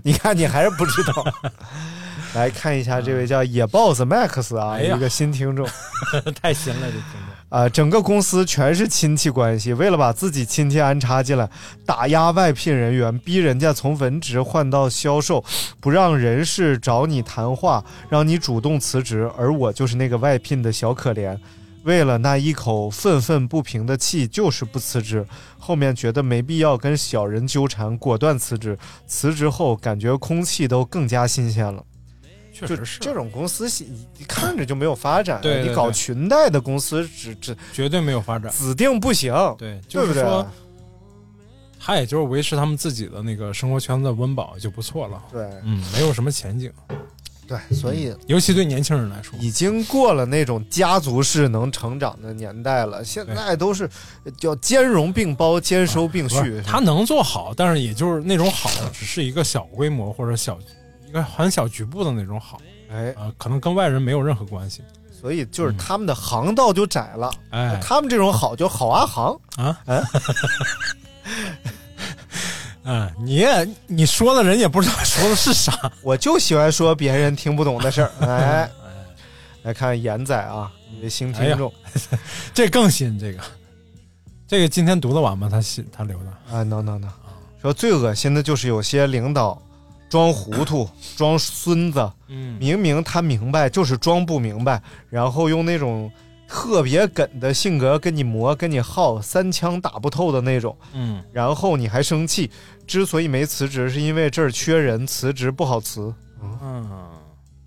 A: 你看，你还是不知道。 [LAUGHS] 来看一下这位叫野豹子 Max 啊，
B: 哎呀
A: 一个新听众
B: [LAUGHS] 太新了，这听众
A: 啊、整个公司全是亲戚关系，为了把自己亲戚安插进来，打压外聘人员，逼人家从文职换到销售，不让人事找你谈话，让你主动辞职，而我就是那个外聘的小可怜。为了那一口愤愤不平的气，就是不辞职。后面觉得没必要跟小人纠缠，果断辞职。辞职后，感觉空气都更加新鲜了。
B: 确
A: 就
B: 实是，
A: 这种公司系，你看着就没有发展啊。
B: 对对
A: 你搞
B: 对
A: 裙带的公司，只只
B: 绝对没有发展。
A: 指定不行。
B: 对，就
A: 对
B: 是
A: 不对
B: 说，他也就是维持他们自己的那个生活圈子的温饱就不错了。
A: 对
B: 嗯，没有什么前景，
A: 对，所以
B: 尤其对年轻人来说，
A: 嗯已经过了那种家族式能成长的年代了，现在都是叫兼容并包、兼收并
B: 不
A: 蓄
B: 是。他能做好，但是也就是那种好，只是一个小规模或者小一个很小局部的那种好
A: 哎，
B: 啊、可能跟外人没有任何关系。
A: 所以就是
B: 嗯
A: 他们的航道就窄了，
B: 哎
A: 他们这种好就好啊行。
B: 啊，哎，嗯你也你说的人也不知道说的是啥。
A: 我就喜欢说别人听不懂的事
B: [LAUGHS]
A: 儿。哎，
B: 嗯
A: 来看严仔啊，一位新听众
B: 哎这更新这个，这个今天读得完吗？他信他留的，
A: 啊，能能能，
B: 嗯
A: 说最恶心的就是有些领导装糊涂、装孙子，
B: 嗯
A: 明明他明白就是装不明白，然后用那种特别梗的性格跟你磨、跟你耗，三枪打不透的那种，
B: 嗯，
A: 然后你还生气。之所以没辞职，是因为这儿缺人，辞职不好辞。
B: 嗯，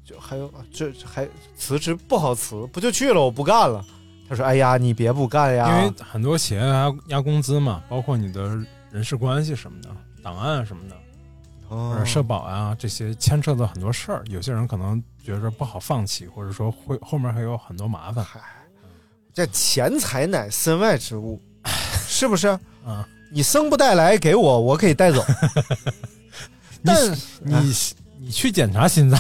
A: 就还有啊这这还辞职不好辞，不就去了？我不干了。他说：“哎呀，你别不干
B: 因
A: 呀，
B: 为很多企业还压工资嘛，包括你的人事关系什么的，档案什么的，或者
A: 哦
B: 社保啊这些牵扯到很多事儿，有些人可能觉着不好放弃，或者说会后面还有很多麻烦。
A: 这钱财乃身外之物，啊是不是？
B: 嗯，
A: 你生不带来给我，我可以 [LAUGHS] 带走。
B: 你
A: 但
B: 你你去检查心脏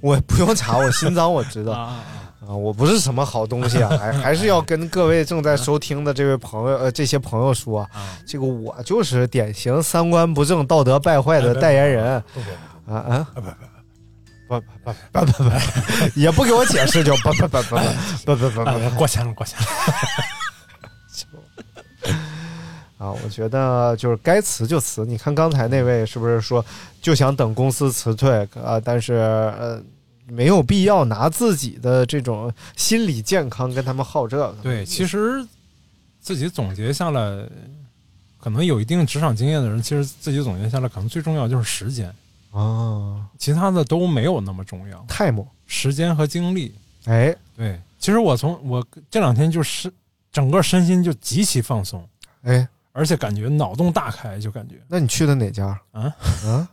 A: 我不用查，我心脏我知道 [LAUGHS] 啊
B: 啊。
A: 我不是什么好东西啊， [LAUGHS] 还还是要跟各位正在收听的这位朋友呃这些朋友说，
B: 啊
A: 这个我就是典型三观不正、道德败坏的代言人
B: 不不
A: 啊啊！不不不不不不，也不给 [LAUGHS] 我解释就不不 [LAUGHS] 不不不不不不
B: 啊，过钱了，过钱了。
A: 啊！我觉得就是该辞就辞。你看刚才那位是不是说就想等公司辞退啊？但是呃，没有必要拿自己的这种心理健康跟他们耗这个。
B: 对，其实自己总结下来，可能有一定职场经验的人，其实自己总结下来，可能最重要就是时间，
A: 啊
B: 其他的都没有那么重要。
A: ，time，
B: 时间和精力，
A: 哎
B: 对，其实我从我这两天就是整个身心就极其放松，
A: 哎，
B: 而且感觉脑洞大开，就感觉
A: 那你去的哪家
B: 啊
A: 啊？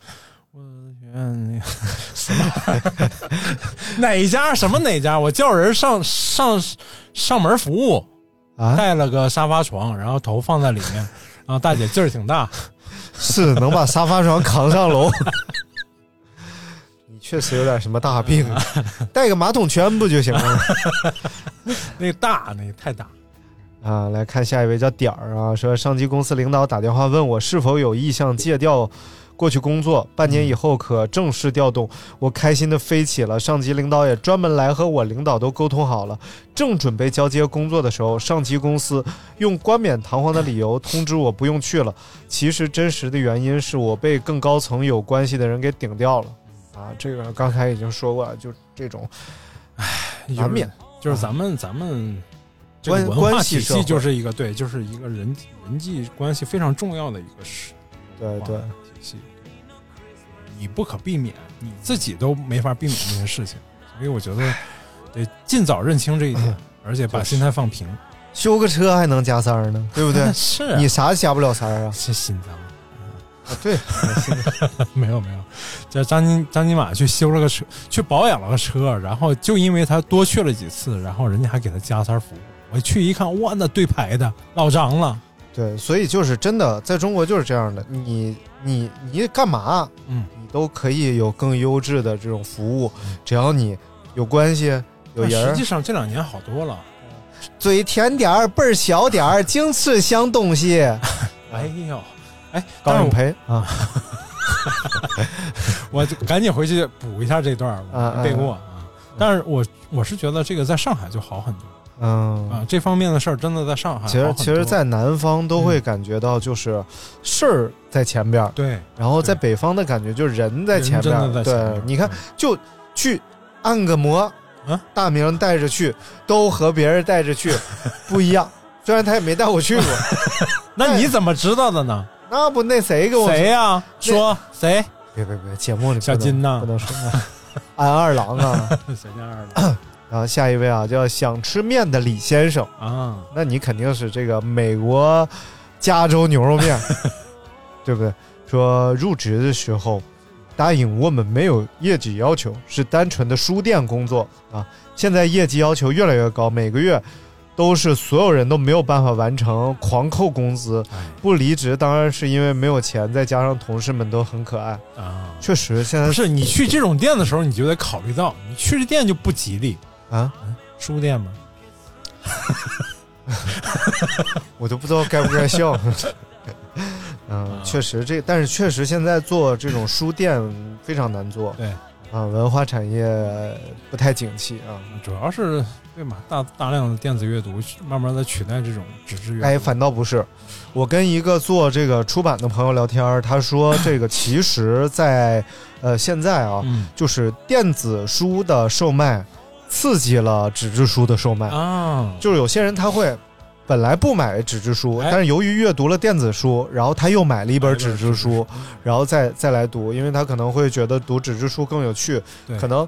B: 我学院那个 [LAUGHS] 什么玩意儿哪家什么哪家，我叫人上上上门服务。
A: 啊，
B: 带了个沙发床，然后头放在里面，然后大姐劲儿挺大，
A: 是能把沙发床扛上楼。 [LAUGHS] 你确实有点什么大病，带个马桶圈不就行了吗？
B: 那大那太大，
A: 啊，来看下一位叫点儿啊，说上级公司领导打电话问我是否有意向借调过去工作，半年以后可正式调动，我开心的飞起了。上级领导也专门来和我领导都沟通好了，正准备交接工作的时候，上级公司用冠冕堂皇的理由通知我不用去了。其实真实的原因是我被更高层有关系的人给顶掉了。啊，这个刚才已经说过了，就这种啊难免
B: 就是咱们咱们这
A: 关
B: 个文化
A: 关系
B: 体
A: 社会
B: 系就是一个对，就是一个人人际关系非常重要的一个事
A: 对对。
B: 体系，你不可避免，你自己都没法避免这些事情，所以我觉得得尽早认清这一
A: 嗯
B: 点，而且把心态放平，
A: 修个车还能加塞儿呢，对
B: [LAUGHS]
A: 不对？
B: 是啊
A: 你啥加不了塞儿啊？
B: 是心脏。
A: 啊，对，
B: 没有没有，这张金张金马去修了个车，去保养了个车，然后就因为他多去了几次，然后人家还给他加塞儿服务。我去一看，哇，那对牌的老张了，
A: 对，所以就是真的，在中国就是这样的，你你你干嘛，
B: 嗯，
A: 你都可以有更优质的这种服务，只要你有关系。有
B: 但
A: 人
B: 实际
A: 儿啊
B: 上这两年好多了。
A: 嘴甜点儿，倍儿小点儿，精致香东西。
B: 哎呦，哎，
A: 高
B: 但
A: 永
B: 是
A: 培啊，
B: 我我就赶紧回去补一下这段儿
A: 啊啊
B: 我背过啊。但是我我是觉得这个在上海就好很多
A: 嗯，
B: 啊，这方面的事儿真的在上海好
A: 其实
B: 很
A: 其实，
B: 多嗯
A: 在南方都会感觉到就是事儿在前边儿，
B: 对
A: 然后在
B: 对
A: 北方的感觉就是人在前边
B: 人真
A: 儿。
B: 的在前边
A: 对
B: 儿，
A: 你看
B: 嗯
A: 就去按个摩，
B: 啊，
A: 大明带着去，都和别人带着
B: [LAUGHS]
A: 去不一样。虽然他也没带我去过，
B: 那你怎么知道的呢？
A: 那不那谁给我？
B: 谁呀、说谁？ [LAUGHS]
A: 别别别，节目里不
B: 小
A: 能
B: 金呐
A: 不能说啊，安二郎
B: [LAUGHS]
A: 啊。
B: 谁家
A: [LAUGHS]
B: 二楼
A: 然后下一位啊，叫想吃面的李先生，
B: 啊？
A: 那你肯定是这个美国加州牛肉
B: [LAUGHS]
A: 面，对不对？说入职的时候答应我们没有业绩要求，是单纯的书店工作啊。现在业绩要求越来越高，每个月都是所有人都没有办法完成，狂扣工资。
B: 哎
A: 不离职当然是因为没有钱，再加上同事们都很可爱。
B: 啊。
A: 确实，现在
B: 不是你去这种店的时候，你就得考虑到，你去这店就不吉利。嗯
A: 啊，
B: 书店嘛，
A: 我都不知道该不该
B: [LAUGHS]
A: 笑。
B: 啊
A: 嗯，确实这，但是确实现在做这种书店非常难做。
B: 对
A: 啊，文化产业不太景气啊。
B: 主要是对嘛，大大量的电子阅读慢慢的取代这种纸质阅读。
A: 哎，反倒不是。我跟一个做这个出版的朋友聊天儿，他说这个其实在呃现在啊，
B: 嗯
A: 就是电子书的售卖刺激了纸质书的售卖。
B: 啊，
A: 就是有些人他会本来不买纸质书，
B: 哎
A: 但是由于阅读了电子书，然后他又买了一
B: 买
A: 本
B: 一本
A: 纸质书，然后再再来读，因为他可能会觉得读纸质书更有趣
B: 对，
A: 可能。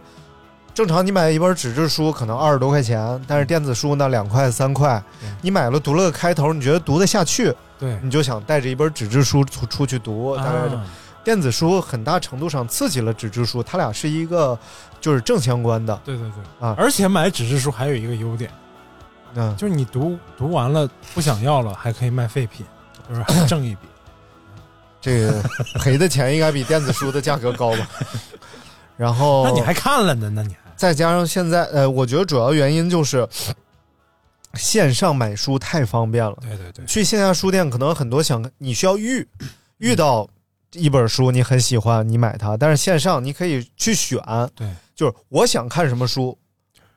A: 正常你买一本纸质书可能二十多块钱，但是电子书呢两块三块
B: 对，
A: 你买了读了个开头，你觉得读得下去，
B: 对，
A: 你就想带着一本纸质书出出去读，大概是
B: 啊
A: 电子书很大程度上刺激了纸质书，它俩是一个就是正相关的，
B: 对对对
A: 啊
B: 而且买纸质书还有一个优点，
A: 嗯，
B: 就是你读读完了不想要了，还可以卖废品，就是
A: [COUGHS]
B: 还挣一笔。
A: 这个赔的钱应该比电子书的价格高
B: [LAUGHS]
A: 吧？然后，
B: 那你还看了呢？那你还
A: 再加上现在，呃，我觉得主要原因就是线上买书太方便了。
B: 对对对，
A: 去线下书店，可能很多想你需要遇遇到一本书，你很喜欢，你买它；但是线上你可以去选，
B: 对，
A: 就是我想看什么书，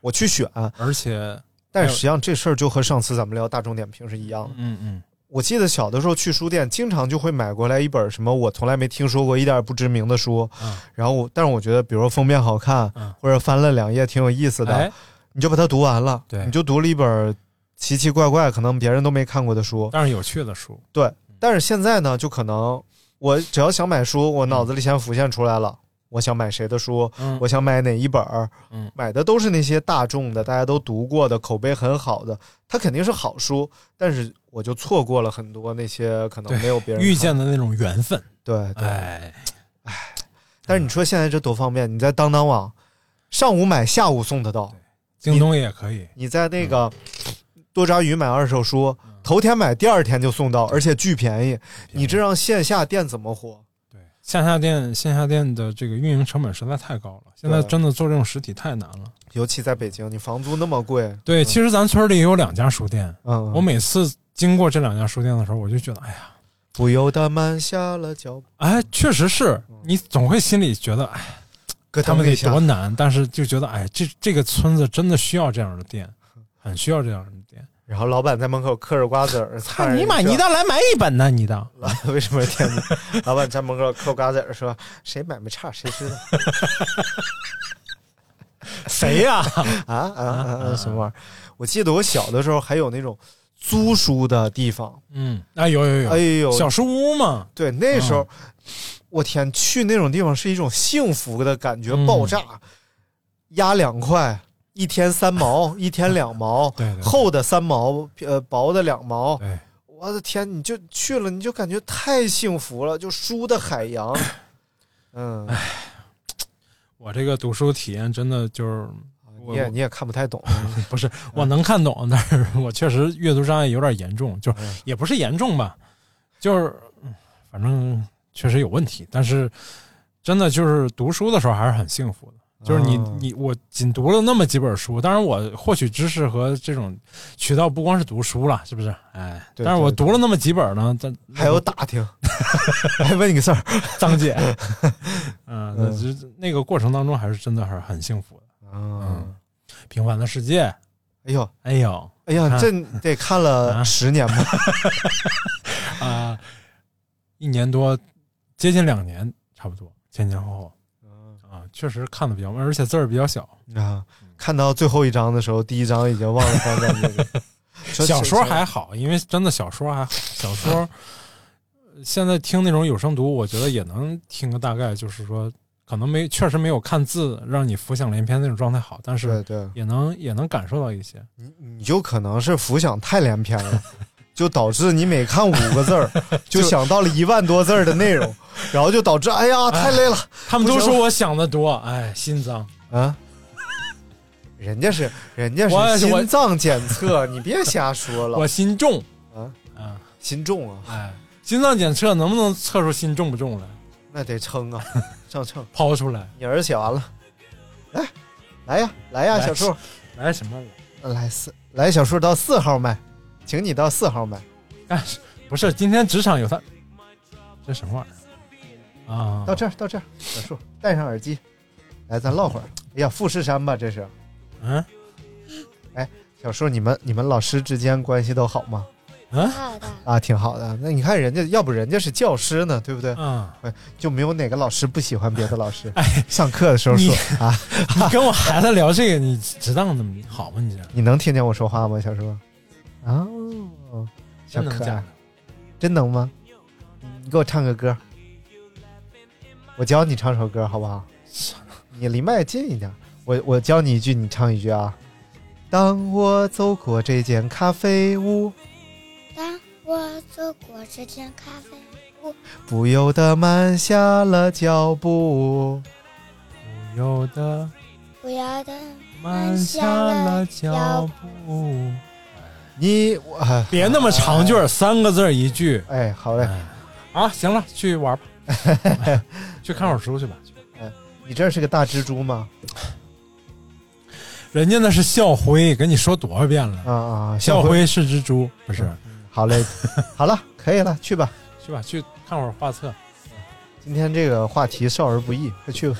A: 我去选。
B: 而且
A: 但是实际上这事儿就和上次咱们聊大众点评是一样的。
B: 嗯嗯，
A: 我记得小的时候去书店，经常就会买过来一本什么我从来没听说过、一点儿不知名的书，
B: 嗯
A: 然后我但是我觉得，比如说封面好看，
B: 嗯
A: 或者翻了两页挺有意思的，
B: 哎，
A: 你就把它读完了，
B: 对
A: 你就读了一本奇奇怪怪、可能别人都没看过的书。
B: 但是有趣的书，
A: 对，但是现在呢，就可能我只要想买书，我脑子里先浮现出来了，我想买谁的书，
B: 嗯
A: 我想买哪一本儿，
B: 嗯
A: 买的都是那些大众的、大家都读过的、口碑很好的，它肯定是好书，但是我就错过了很多那些可能
B: 对
A: 没有别人
B: 遇
A: 看
B: 见的那种缘分，
A: 对对。
B: 哎，
A: 但是你说现在这多方便，你在当当网上午买，下午送得到，
B: 京东也可以，
A: 你在那个
B: 嗯
A: 多抓鱼买二手书，头天买，第二天就送到，而且巨便宜。你这让线下店怎么活？
B: 对线下店线下店的这个运营成本实在太高了，现在
A: 对嗯
B: 真的做这种实体太难了。
A: 尤其在北京，你房租那么贵。
B: 对，其实咱村里有两家书店，
A: 嗯，
B: 我每次经过这两家书店的时候，我就觉得，哎呀，
A: 不由得慢下了脚步，
B: 哎，确实是你总会心里觉得，哎，
A: 搁
B: 他
A: 嗯
B: 们
A: 们
B: 得
A: 给下
B: 多难，但是就觉得，哎，这这个村子真的需要这样的店，很需要这样的店。
A: 然后老板在门口嗑着瓜子儿，
B: 操
A: [LAUGHS] 看
B: [LAUGHS] 你妈，你
A: 的
B: 倒来买一本呢，你倒。
A: [LAUGHS] 为什么是天津？老板在门口嗑瓜子儿说：“谁买卖差谁知道
B: [LAUGHS] 谁呀、
A: [LAUGHS] 啊啊啊啊什么玩意儿？”我记得我小的时候还有那种租书的地方，
B: 嗯，啊，有有有，
A: 哎呦，
B: 小书屋嘛，
A: 对，那时候
B: 嗯
A: 我天，去那种地方是一种幸福的感觉
B: 嗯，
A: 爆炸，压两块。一天三
B: [LAUGHS]
A: 毛，一天两毛，
B: 对对对
A: 厚的三毛，呃，薄的两毛，
B: 对，
A: 我的天，你就去了，你就感觉太幸福了，就书的海洋。嗯，
B: 哎我这个读书体验真的就是。
A: 嗯你也你也看不太懂，
B: 不是，我能看懂，但是我确实阅读障碍有点严重，就是
A: 嗯
B: 也不是严重吧，就是嗯反正确实有问题。但是真的就是读书的时候还是很幸福的， [LAUGHS] 就是你
A: 哦
B: 你我仅读了那么几本书，当然我获取知识和这种渠道不光是读书了，是不是？哎，
A: 对
B: 但是我
A: 对对
B: 读了那么几本呢，但
A: 还有打听，还问你个事儿。
B: 张姐，
A: [LAUGHS]
B: 嗯，那就那个过程当中还是真的还是很幸福的。
A: 嗯，
B: 平凡的世界，
A: 哎呦，
B: 哎呦
A: 哎呀，
B: 看
A: 这你得看了十年吧？
B: [LAUGHS] 啊、一年多，接近两年，差不多前前后后啊，确实看的比较慢，而且字儿比较小。
A: 啊，看到最后一章的时候，第一章已经忘了翻在那
B: [LAUGHS]
A: 个
B: 小说还好，因为真的小说还好，小说呃现在听那种有声读，我觉得也能听个大概，就是说可能没确实没有看字让你浮想联翩那种状态好，但
A: 对
B: 是
A: 对， [LAUGHS]
B: 也能也能感受到一些。
A: 你就可能是浮想太连篇了。 [LAUGHS] 就导致你每看五个字
B: [LAUGHS]
A: 儿，就想到了一万多字儿的内容，然后就导致哎呀太累了
B: 他们
A: 不
B: 都
A: 行
B: 说我想的多，哎，心脏。
A: 啊。人家是人家
B: 我
A: 是
B: 我
A: 心脏检测，你别瞎说了。
B: 我心重
A: 啊
B: 啊，
A: 心重啊，
B: 哎，心脏检测能不能测出心重不重来？
A: 那得称
B: [LAUGHS]
A: 啊，上秤。
B: 抛出来，
A: 你儿子写完了，来来呀来呀，
B: 来
A: 小树
B: 来什么？
A: 来四来小树到四号麦，请你到四号麦。
B: 干什？不哎是，今天职场有他，这什么玩意儿啊？
A: 到这儿，到这儿，小树戴上耳机，来，咱唠会儿。哎呀，富士山吧，这是。
B: 嗯，
A: 小树，你们你们老师之间关系都好吗？
B: 嗯
E: 好的，
A: 啊，挺好的。那你看人家，要不人家是教师呢，对不对？
B: 嗯，
A: 就没有哪个老师不喜欢别的老
B: [LAUGHS]
A: 师。上课的时候说啊，
B: 哎你跟我孩子聊这个，你值当怎么好吗？你这
A: 你能听见我说话吗，小树？啊，小
B: 真能
A: 可
B: 讲
A: 爱，真能吗？你给我唱个歌，我教你唱首歌好不好？你离麦近一点，我我教你一句，你唱一句啊。当我走过这间咖啡屋，
E: 当我走过这间咖啡屋，
A: 不由得慢下了脚步。
B: 不由得
E: 不要的
B: 慢下了脚步。
A: 你 [SIGHS] 我哎
B: 别那么长句儿，三个字儿一句
A: 哎，好嘞，
B: 啊。行了，去玩吧，去看会儿书去吧。
A: 你这是个大蜘蛛吗？
B: 人家那是校徽，跟你说多少遍了？
A: 啊啊，
B: 校
A: 回
B: 徽是蜘蛛，不是？
A: 好嘞， [LAUGHS] 好了，可以了，去吧。
B: 去吧，去看会儿画册。
A: 今天这个话题少儿不宜，快去吧。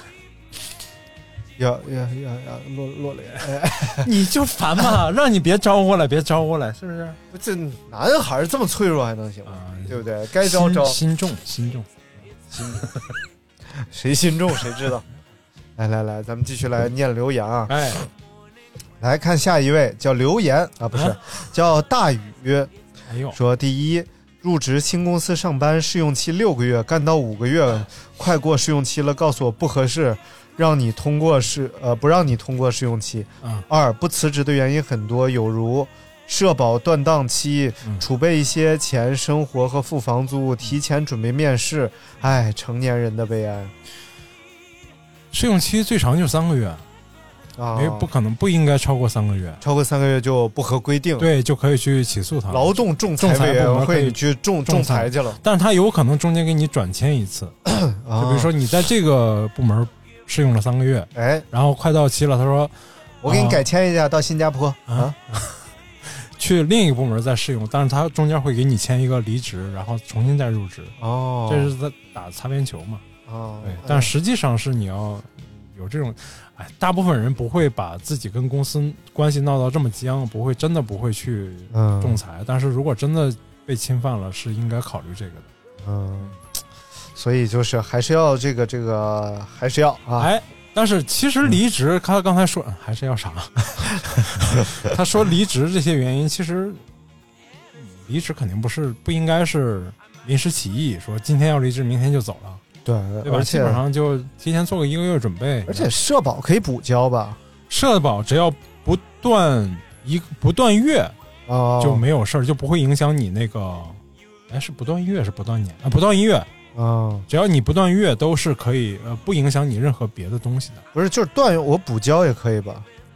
A: 要要要要落落脸， [LAUGHS] 哎
B: 你就烦
A: [LAUGHS]
B: 嘛，让你别招呼了，别招呼了，是不是？
A: 不这男孩儿这么脆弱还能行吗？对不对？该招招，
B: 啊心心重，心重。
A: 谁心重谁知道。来来来，咱们继续来念留言啊！
B: 哎，
A: 来看下一位，叫留言啊，不是
B: 啊
A: 叫大宇，
B: 哎呦，
A: 说第一，入职新公司上班试用期六个月，干到五个月，快过试用期了，告诉我不合适，让你通过试呃不让你通过试用期。
B: 嗯
A: 二，不辞职的原因很多，有如社保断档期，
B: 嗯
A: 储备一些钱生活和付房租，提前准备面试，哎，成年人的悲哀
B: 试用期最长就三个月，
A: 啊！
B: 没不可能不应该超过三个月，
A: 超过三个月就不合规定，啊
B: 对，就可以去起诉他。
A: 劳动仲裁
B: 仲裁
A: 委
B: 部
A: 员
B: 门可
A: 会
B: 以
A: 去仲仲裁去了。
B: 但是他有可能中间给你转签一次，
A: 哦
B: 就比如说你在这个部门试用了三个月，
A: 啊哎，
B: 然后快到期了，他说
A: 我给你
B: 啊
A: 改签一下，到新加坡啊
B: [LAUGHS] 去另一个部门再试用，但是他中间会给你签一个离职，然后重新再入职，
A: 哦
B: 这是在打擦边球嘛？
A: 哦，
B: 对，但实际上是你要有这种，哎，大部分人不会把自己跟公司关系闹到这么僵，不会真的不会去
A: 嗯
B: 仲裁，但是如果真的被侵犯了，是应该考虑这个的。
A: 嗯，所以就是还是要这个这个还是要啊，
B: 哎，但是其实离职，他刚才说还是
A: [LAUGHS]
B: 要啥？他说离职这些原因，其实嗯离职肯定不是不应该是临时起意，说今天要离职，明天就走了，
A: 对，
B: 对吧？
A: 而
B: 基
A: 且
B: 本上就提前做个一个月准备。
A: 而且社保可以补交吧？
B: 社保只要不断一个不断月
A: 哦，
B: 就没有事儿，就不会影响你那个。哎，是不断月是不断年啊，不断月，
A: 啊，
B: 只要你不断月都是可以，呃，不影响你任何别的东西的。
A: 不是就是断我补交也可以吧？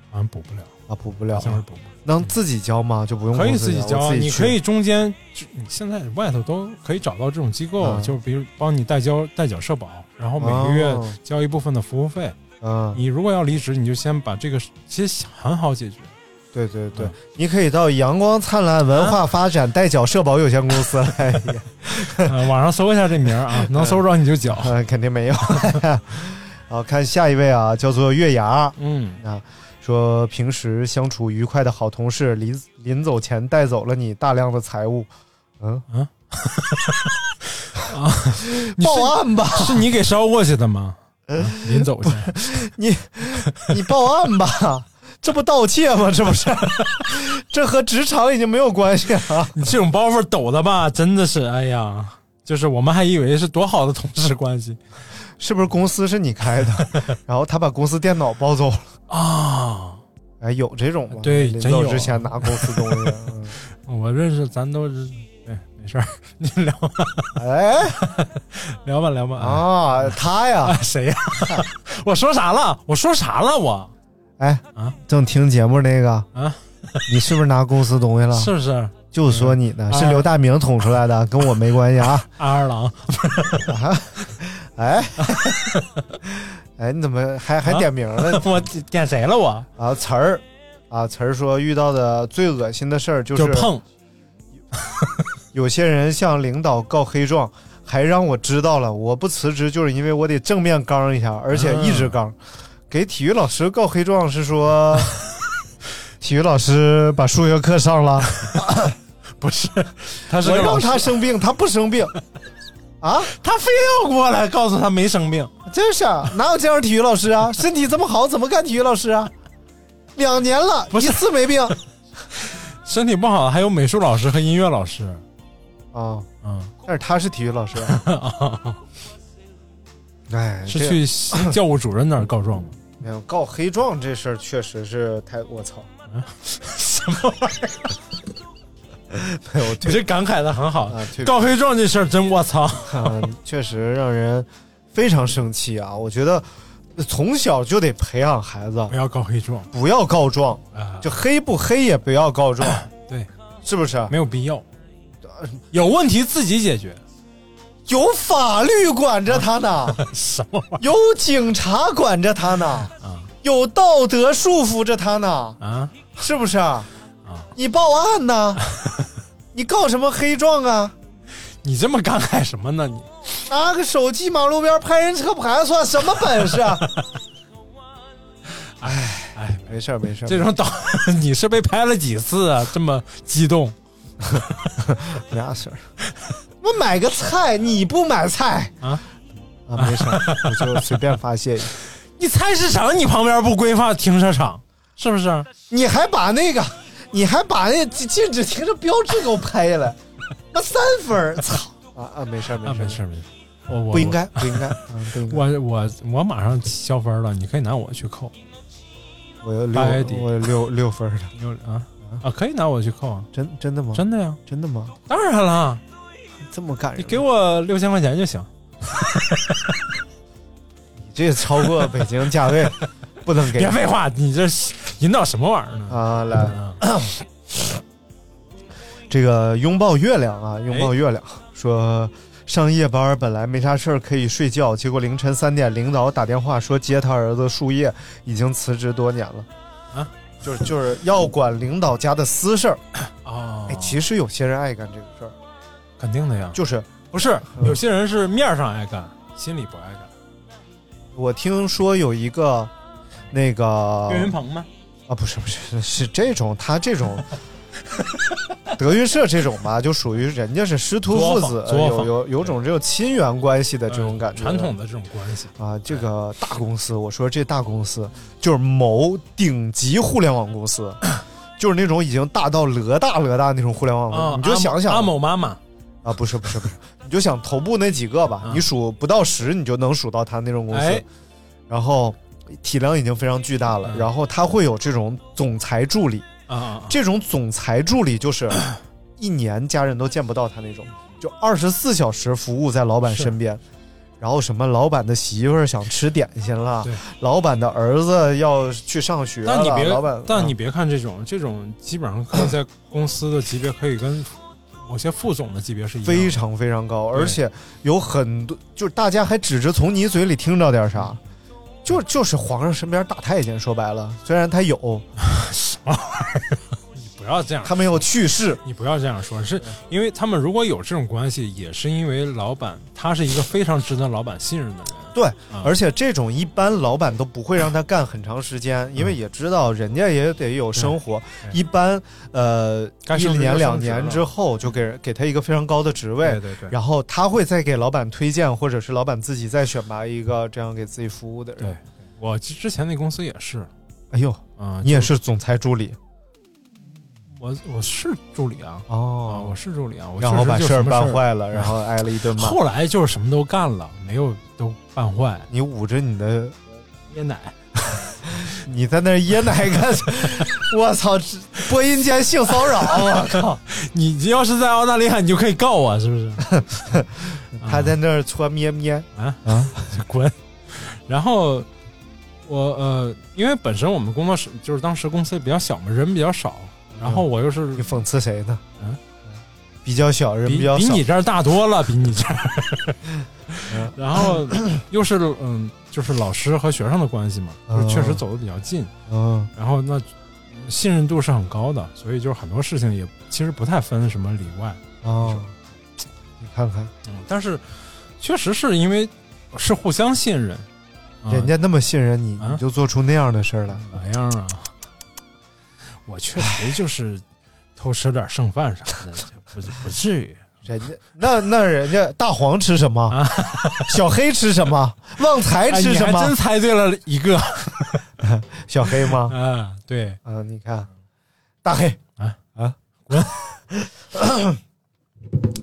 B: 好像补不了，
A: 啊，补不了
B: 好，像是补不了。
A: 能自己交吗？就不用
B: 可以
A: 公司
B: 自己交啊，
A: 我自
B: 你
A: 己去
B: 可以中间，就你现在外头都可以找到这种机构，
A: 嗯
B: 就是比如帮你代交代缴社保，然后每个月
A: 哦
B: 交一部分的服务费。
A: 嗯，
B: 你如果要离职，你就先把这个，其实很好解决。 [LAUGHS]
A: 对对对
B: 嗯，
A: 你可以到阳光灿烂文化发展代缴社保有限公司来，
B: 呃网上搜一下这名儿啊，能搜着你就缴。
A: 嗯，肯定没有。 [LAUGHS] 好，看下一位啊，叫做月牙，
B: 嗯，
A: 啊，说平时相处愉快的好同事，临临走前带走了你大量的财物，嗯
B: 嗯，你是
A: 报案吧，
B: 是你给捎过去的吗？啊临走前，
A: 你 [LAUGHS] 你报案吧，这不盗窃吗？这不是，这和职场已经没有关系了。
B: 你这种包袱抖的吧，真的是，哎呀，就是我们还以为是多好的同事关系
A: 是不是公司是你开
B: [LAUGHS]
A: 的？然后他把公司电脑抱走了，
B: 啊。
A: 哎，有这种吗？
B: 对
A: 临
B: 真
A: 走
B: 有啊
A: 之前拿公司东西，嗯
B: [LAUGHS] 我认识咱都是，哎，没事儿， [LAUGHS] 你聊吧，
A: 哎，
B: 聊吧聊吧哎
A: 啊，他呀，
B: 谁呀？ [LAUGHS] 我说啥了？我说啥了？我
A: 哎
B: 啊，
A: 正听节目那个
B: 啊，
A: 你是不是拿公司东西了？
B: 是不啊是？
A: 就说你呢，是刘大明捅出来
B: [LAUGHS]
A: 的，跟我没关系啊。
B: 阿二郎，
A: 啊
B: [LAUGHS]
A: 哎，哎，你怎么还
B: 啊
A: 还点名了？
B: [LAUGHS] 我点谁了我？
A: 啊，词儿，啊，词儿说遇到的最恶心的事儿就是
B: 就碰，
A: 有些人向领导告黑状，还让我知道了，我不辞职就是因为我得正面刚一下，而且一直刚。
B: 嗯
A: 给体育老师告黑状是
B: [LAUGHS]
A: 说，体育老师把数学课上了，
B: 不是， [LAUGHS] 他是
A: 我
B: 个老
A: 让
B: 师
A: 他生病，他不
B: [LAUGHS]
A: 生病，啊，
B: 他非要过来告诉他没生病，
A: 真是啊哪有这样的体育老师啊？身体这么好，怎么干体育老师啊？两年了，一次没
B: [LAUGHS]
A: 病。
B: 身体不好，还有美术老师和音乐老师
A: 啊，
B: 嗯，
A: 但是他是体育老师，啊
B: [LAUGHS]
A: 哎，
B: 哦是
A: 这
B: 去教务主任那儿告状吗？
A: 没有告黑状这事儿确实是太我操，
B: 什么玩
A: 意儿？没有，
B: 你这感慨的很好
A: 啊，对不起
B: 告黑状这事儿真我操，
A: [LAUGHS] 嗯，确实让人非常生气啊！我觉得从小就得培养孩子
B: 不要告黑状，
A: 不要告状
B: 啊，
A: 就黑不黑也不要告 [COUGHS] 状，
B: 对，
A: 是不是？
B: 没有必要，有问题自己解决， [LAUGHS]
A: 有法律管着他呢，
B: 什么玩
A: 有警察管着他 [LAUGHS] 呢，有道德束缚着他呢，
B: 啊？
A: 是不是？你报案 [LAUGHS] 呢？你告什么黑状啊？
B: 你这么感慨什么呢？你
A: 拿个手机马路边拍人车牌算什么本事？啊？
B: 哎，
A: [LAUGHS] 没事儿没事儿
B: 这种导， [LAUGHS] 你是被拍了几次啊？这么激动，
A: 没啥事儿。 [LAUGHS] 我买个菜，你不买菜
B: 啊？
A: 啊，没事儿，我就随便发泄一下。
B: 你菜市场你旁边不规划停车场，是啊不是？
A: 你还把那个，你还把那禁禁止停车标志给我拍下来，那三分儿，操！啊啊，没事儿
B: 啊，
A: 没
B: 没
A: 事
B: 事
A: 儿，
B: 儿没事儿，我我
A: 不应该，不应该，嗯，不应该。
B: 我我我马上消分了，你可以拿我去扣，
A: 我有
B: 八月底
A: 六，我有六六分儿的，
B: 有啊啊，可以拿我去扣啊，
A: 真真的吗？
B: 真的呀，
A: 真的吗？
B: 当然了，
A: 这么感人，
B: 你给我六千块钱就行，
A: 你这超过北京价位，不能给。
B: 别废话，你这引导什么玩意儿呢？
A: 啊，来，这个拥抱月亮
B: 哎
A: 啊，拥抱月亮说。上夜班本来没啥事儿可以睡觉，结果凌晨三点，领导打电话说接他儿子树叶已经辞职多年了，
B: 啊，
A: 就是就是要管领导家的私事儿。
B: 哦
A: 哎，，其实有些人爱干这个事儿，
B: 啊肯定的呀，
A: 就是
B: 不是
A: 嗯
B: 有些人是面上爱干，心里不爱干。
A: 我听说有一个那个
B: 岳云鹏吗？
A: 啊，不是不是，是这种他这
B: [LAUGHS]
A: 种德云社这种吧，就属于人家是师徒父子，
B: 作坊作
A: 有
B: 坊
A: 有有种这种亲缘关系的这种感觉，
B: 传统的这种关系，
A: 啊，这个大公司，我说这大公司就是某顶级互联网公
B: [COUGHS]
A: 司，就是那种已经大到讹大讹大那种互联网公司，
B: 啊
A: 你就
B: 阿
A: 想
B: 阿
A: 想
B: 某妈妈，
A: 啊，不是不是不是，你就想头部那几个吧，
B: 啊
A: 你数不到十，你就能数到他那种公司，
B: 哎
A: 然后体量已经非常巨大了，
B: 嗯
A: 然后他会有这种总裁助理，
B: 啊啊
A: 这种总裁助理就是
B: [CLEARS THROAT]
A: 一年家人都见不到他那种，就二十四小时服务在老板身边。然后什么，老板的媳妇儿想吃点心了
B: 对，
A: 老板的儿子要去上学了，
B: 但你
A: 老板
B: 别，，但你
A: 嗯
B: 别看这种，这种基本上可以在公司的级别可以跟某些副总的级别是一样的，
A: 非常非常高，
B: 对
A: 而且有很多，就是大家还只是从你嘴里听着点啥，就就是皇上身边大太监，说白了，虽然他有，
B: 你不要这样，
A: 他没有去世，
B: 你不要这样说，是因为他们如果有这种关系，也是因为老板他是一个非常值得老板信任的人，
A: 对，
B: 嗯
A: 而且这种一般老板都不会让他干很长时间，因为也知道人家也得有生活。
B: 嗯对
A: 一般呃，
B: 该
A: 一
B: 升职
A: 年
B: 就
A: 两
B: 升职
A: 年
B: 了
A: 之后就给人给他一个非常高的职位，
B: 对对对
A: 然后他会再给老板推荐，或者是老板自己再选拔一个这样给自己服务的人。
B: 对，我之前那公司也是，
A: 哎呦，
B: 啊，
A: 你也
B: 就是
A: 总裁助理
B: 我我是助理啊，啊，
A: 哦
B: 我是助理啊，我
A: 让
B: 确
A: 我
B: 实
A: 把事
B: 就什
A: 儿
B: 么
A: 办
B: 儿啊
A: 坏了，然后挨了一顿骂。
B: 后来就是什么都
A: [LAUGHS]
B: 干了，没有都办坏，
A: 你捂着你的
B: 椰奶，
A: 你在那儿噎奶干啥？ [LAUGHS] 我操！播音间性骚扰，啊我靠！
B: 你你要是在澳大利亚，你就可以告我，是不是？
A: [LAUGHS]
B: 嗯
A: 他在那儿搓咩咩
B: 啊啊！ [LAUGHS] 滚！然后我呃，因为本身我们工作室就是当时公司也比较小嘛，人比较少，然后我又是、
A: 嗯你讽刺谁呢？嗯，比较小，人
B: 比
A: 较
B: 比
A: 少。嗯
B: 你这儿大多了，比你这
A: [LAUGHS]
B: 儿。 [LAUGHS] 然后又是嗯，就是老师和学生的关系嘛，就是确实走的比较近。
A: 嗯，
B: 然后那信任度是很高的，所以就是很多事情也其实不太分什么里外。
A: 哦，你看看，
B: 嗯，但是确实是因为是互相信任，啊
A: 人家那么信任你，
B: 啊
A: 你就做出那样的事儿来。
B: 哪样啊？ [LAUGHS] 我确实就是偷吃点剩饭啥的，不不至于。
A: 人家那那人家大黄吃什么？小黑吃什么？旺财吃什
B: [LAUGHS] 啊哎你还
A: 么
B: 真？猜对了一个。
A: 小黑吗？
B: [LAUGHS] 嗯，对，
A: 啊，你看，大黑
B: 啊
A: 啊， [COUGHS] 滚！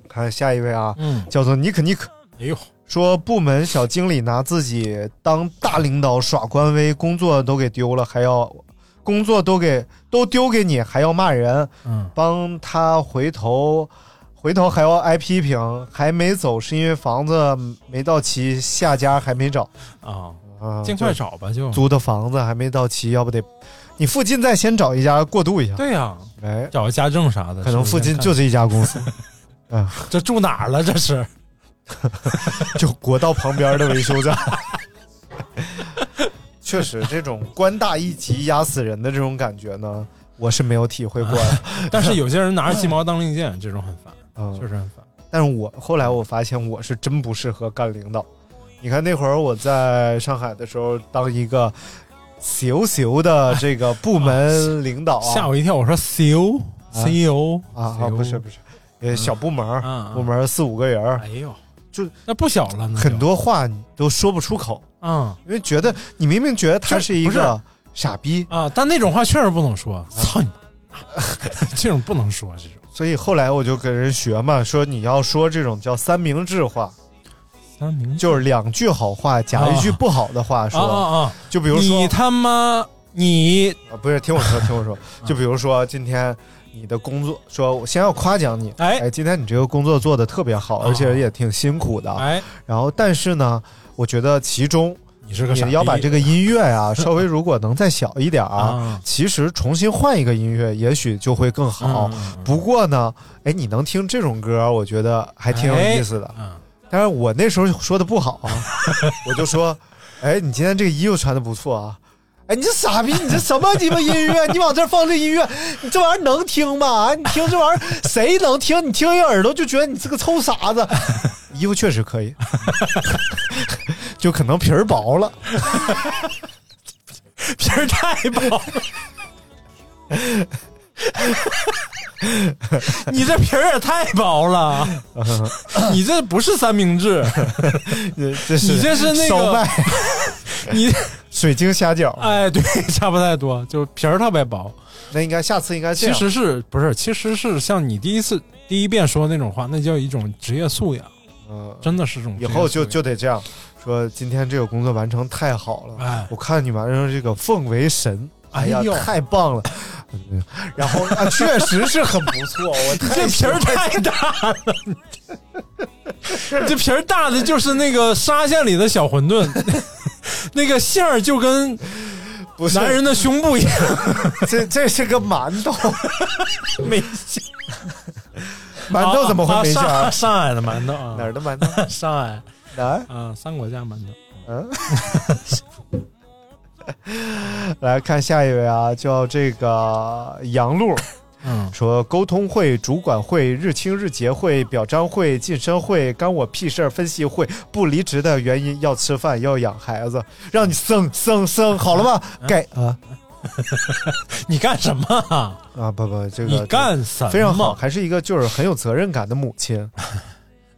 A: 看下一位啊，
B: 嗯
A: 叫做尼克尼克，
B: 哎呦，
A: 说部门小经理拿自己当大领导耍官威，工作都给丢了，还要工作都给都丢给你，还要骂人，
B: 嗯，
A: 帮他回头。回头还要挨批评，还没走是因为房子没到期，下家还没找
B: 啊，
A: 啊，
B: 尽快找吧，就
A: 租的房子还没到期，要不得你附近再先找一家过渡一下。
B: 对呀、
A: 哎，
B: 找个家政啥的，
A: 可能附近就
B: 这
A: 这一家公司，嗯，
B: 这住哪儿了？这 [LAUGHS] 是 [LAUGHS]
A: 就国道旁边的维修站。确实，这种官大一级压死人的这种感觉呢，我是没有体会过
B: [LAUGHS]
A: 的。
B: 但是有些人拿着鸡毛当令箭，这种很烦，
A: 嗯
B: 确实很烦。
A: 但是我后来我发现我是真不适合干领导。你看那会儿我在上海的时候，当一个小小的这个部
B: [LAUGHS] 啊
A: 门领导、
B: 吓我一跳，我说 E CEO CEO
A: 啊啊，不是不
B: 是，
A: 是，呃，小部门儿，
B: 嗯嗯
A: 部门儿四五个人儿，
B: 哎呦，
A: 就
B: 那不小了，那就
A: 很多话你都说不出口，
B: 嗯
A: 因为觉得你明明觉得他
B: 就是
A: 一
B: 不是
A: 个傻逼，
B: 啊，但那种话确实不能说，操你妈！ [LAUGHS] 这种不能说，这种
A: 所以后来我就跟人学嘛，说你要说这种叫三明治话，
B: 三明
A: 就是两句好话夹一句不好的话
B: 啊
A: 说，
B: 啊啊！
A: 就比如
B: 你
A: 说，
B: 他妈你
A: 啊不是听我说，听我
B: [LAUGHS]
A: 说，
B: 啊
A: 就比如说今天。你的工作，说我先要夸奖你，
B: 哎啊
A: 哎，今天你这个工作做的特别好，而且也挺辛苦的，
B: 哎，
A: 然后但是呢，我觉得其中
B: 你是个傻
A: 你
B: 逼
A: 要把这
B: [LAUGHS]
A: 个音乐呀、稍微如果能再小一点啊，
B: 啊
A: 其实重新换一个音乐，也许就会更好。
B: 嗯
A: 不过呢，哎，你能听这种歌，我觉得还挺有意思的。
B: 嗯
A: 但是我那时候说的不好
B: [LAUGHS]
A: 啊，我就说，哎，你今天这个衣服穿的不错啊。哎，你这傻逼！你这什么鸡巴音
B: [LAUGHS]
A: 乐？你往这儿放这音乐，你这玩意儿能听吗？你听这玩意儿谁能听？你听一耳朵就觉得你是个臭傻
B: [LAUGHS]
A: 子。衣服确实可以，就可能皮儿薄了。
B: 皮儿太薄了。 [LAUGHS] 你这皮儿也太薄 [LAUGHS] 了，你这不是三明治，
A: 这这是
B: 你这是那个
A: 烧麦、
B: 你
A: 水晶虾饺，
B: 哎对，差不太多，就是皮儿特别薄。
A: 那应该下次应该这
B: 其
A: 样。
B: 实是不是？其实是像你第一次第一遍说那种话，那叫一种职业素养，
A: 嗯，
B: 真的是这种职
A: 以
B: 业素养。
A: 后就就得这样说。今天这个工作完成太好了，
B: 哎
A: 我看你完成这个奉为神，哎呀，
B: 哎呦
A: 太棒了。
B: [LAUGHS]
A: 嗯然后啊，确实是很不错，我
B: 你 [LAUGHS] 这皮儿太大了，你这皮儿大的就是那个沙县里的小馄饨， [LAUGHS] 那个馅儿就跟
A: 不是
B: 男人的胸部一样，
A: 这这是个馒
B: [LAUGHS]
A: 头，
B: 没馅儿。
A: [LAUGHS] 馒头怎么会没馅
B: 啊啊
A: 儿？
B: 上上海的馒头啊，
A: 哪儿的馒头？
B: 的？ [LAUGHS] 上海
A: 哪儿？
B: 啊，三国家馒头。
A: 嗯，来看下一位啊，叫这个杨璐，
B: [LAUGHS] 嗯，
A: 说沟通会、主管会、日清日结会、表彰会、晋升会、干我屁事儿分析会，不离职的原因要吃饭，要养孩子，让你生生生，好了吧？
B: 嗯
A: 该啊
B: 你干什么啊？
A: 啊不不，这个
B: 你干什么？
A: 非常好，还是一个就是很有责任感的母亲。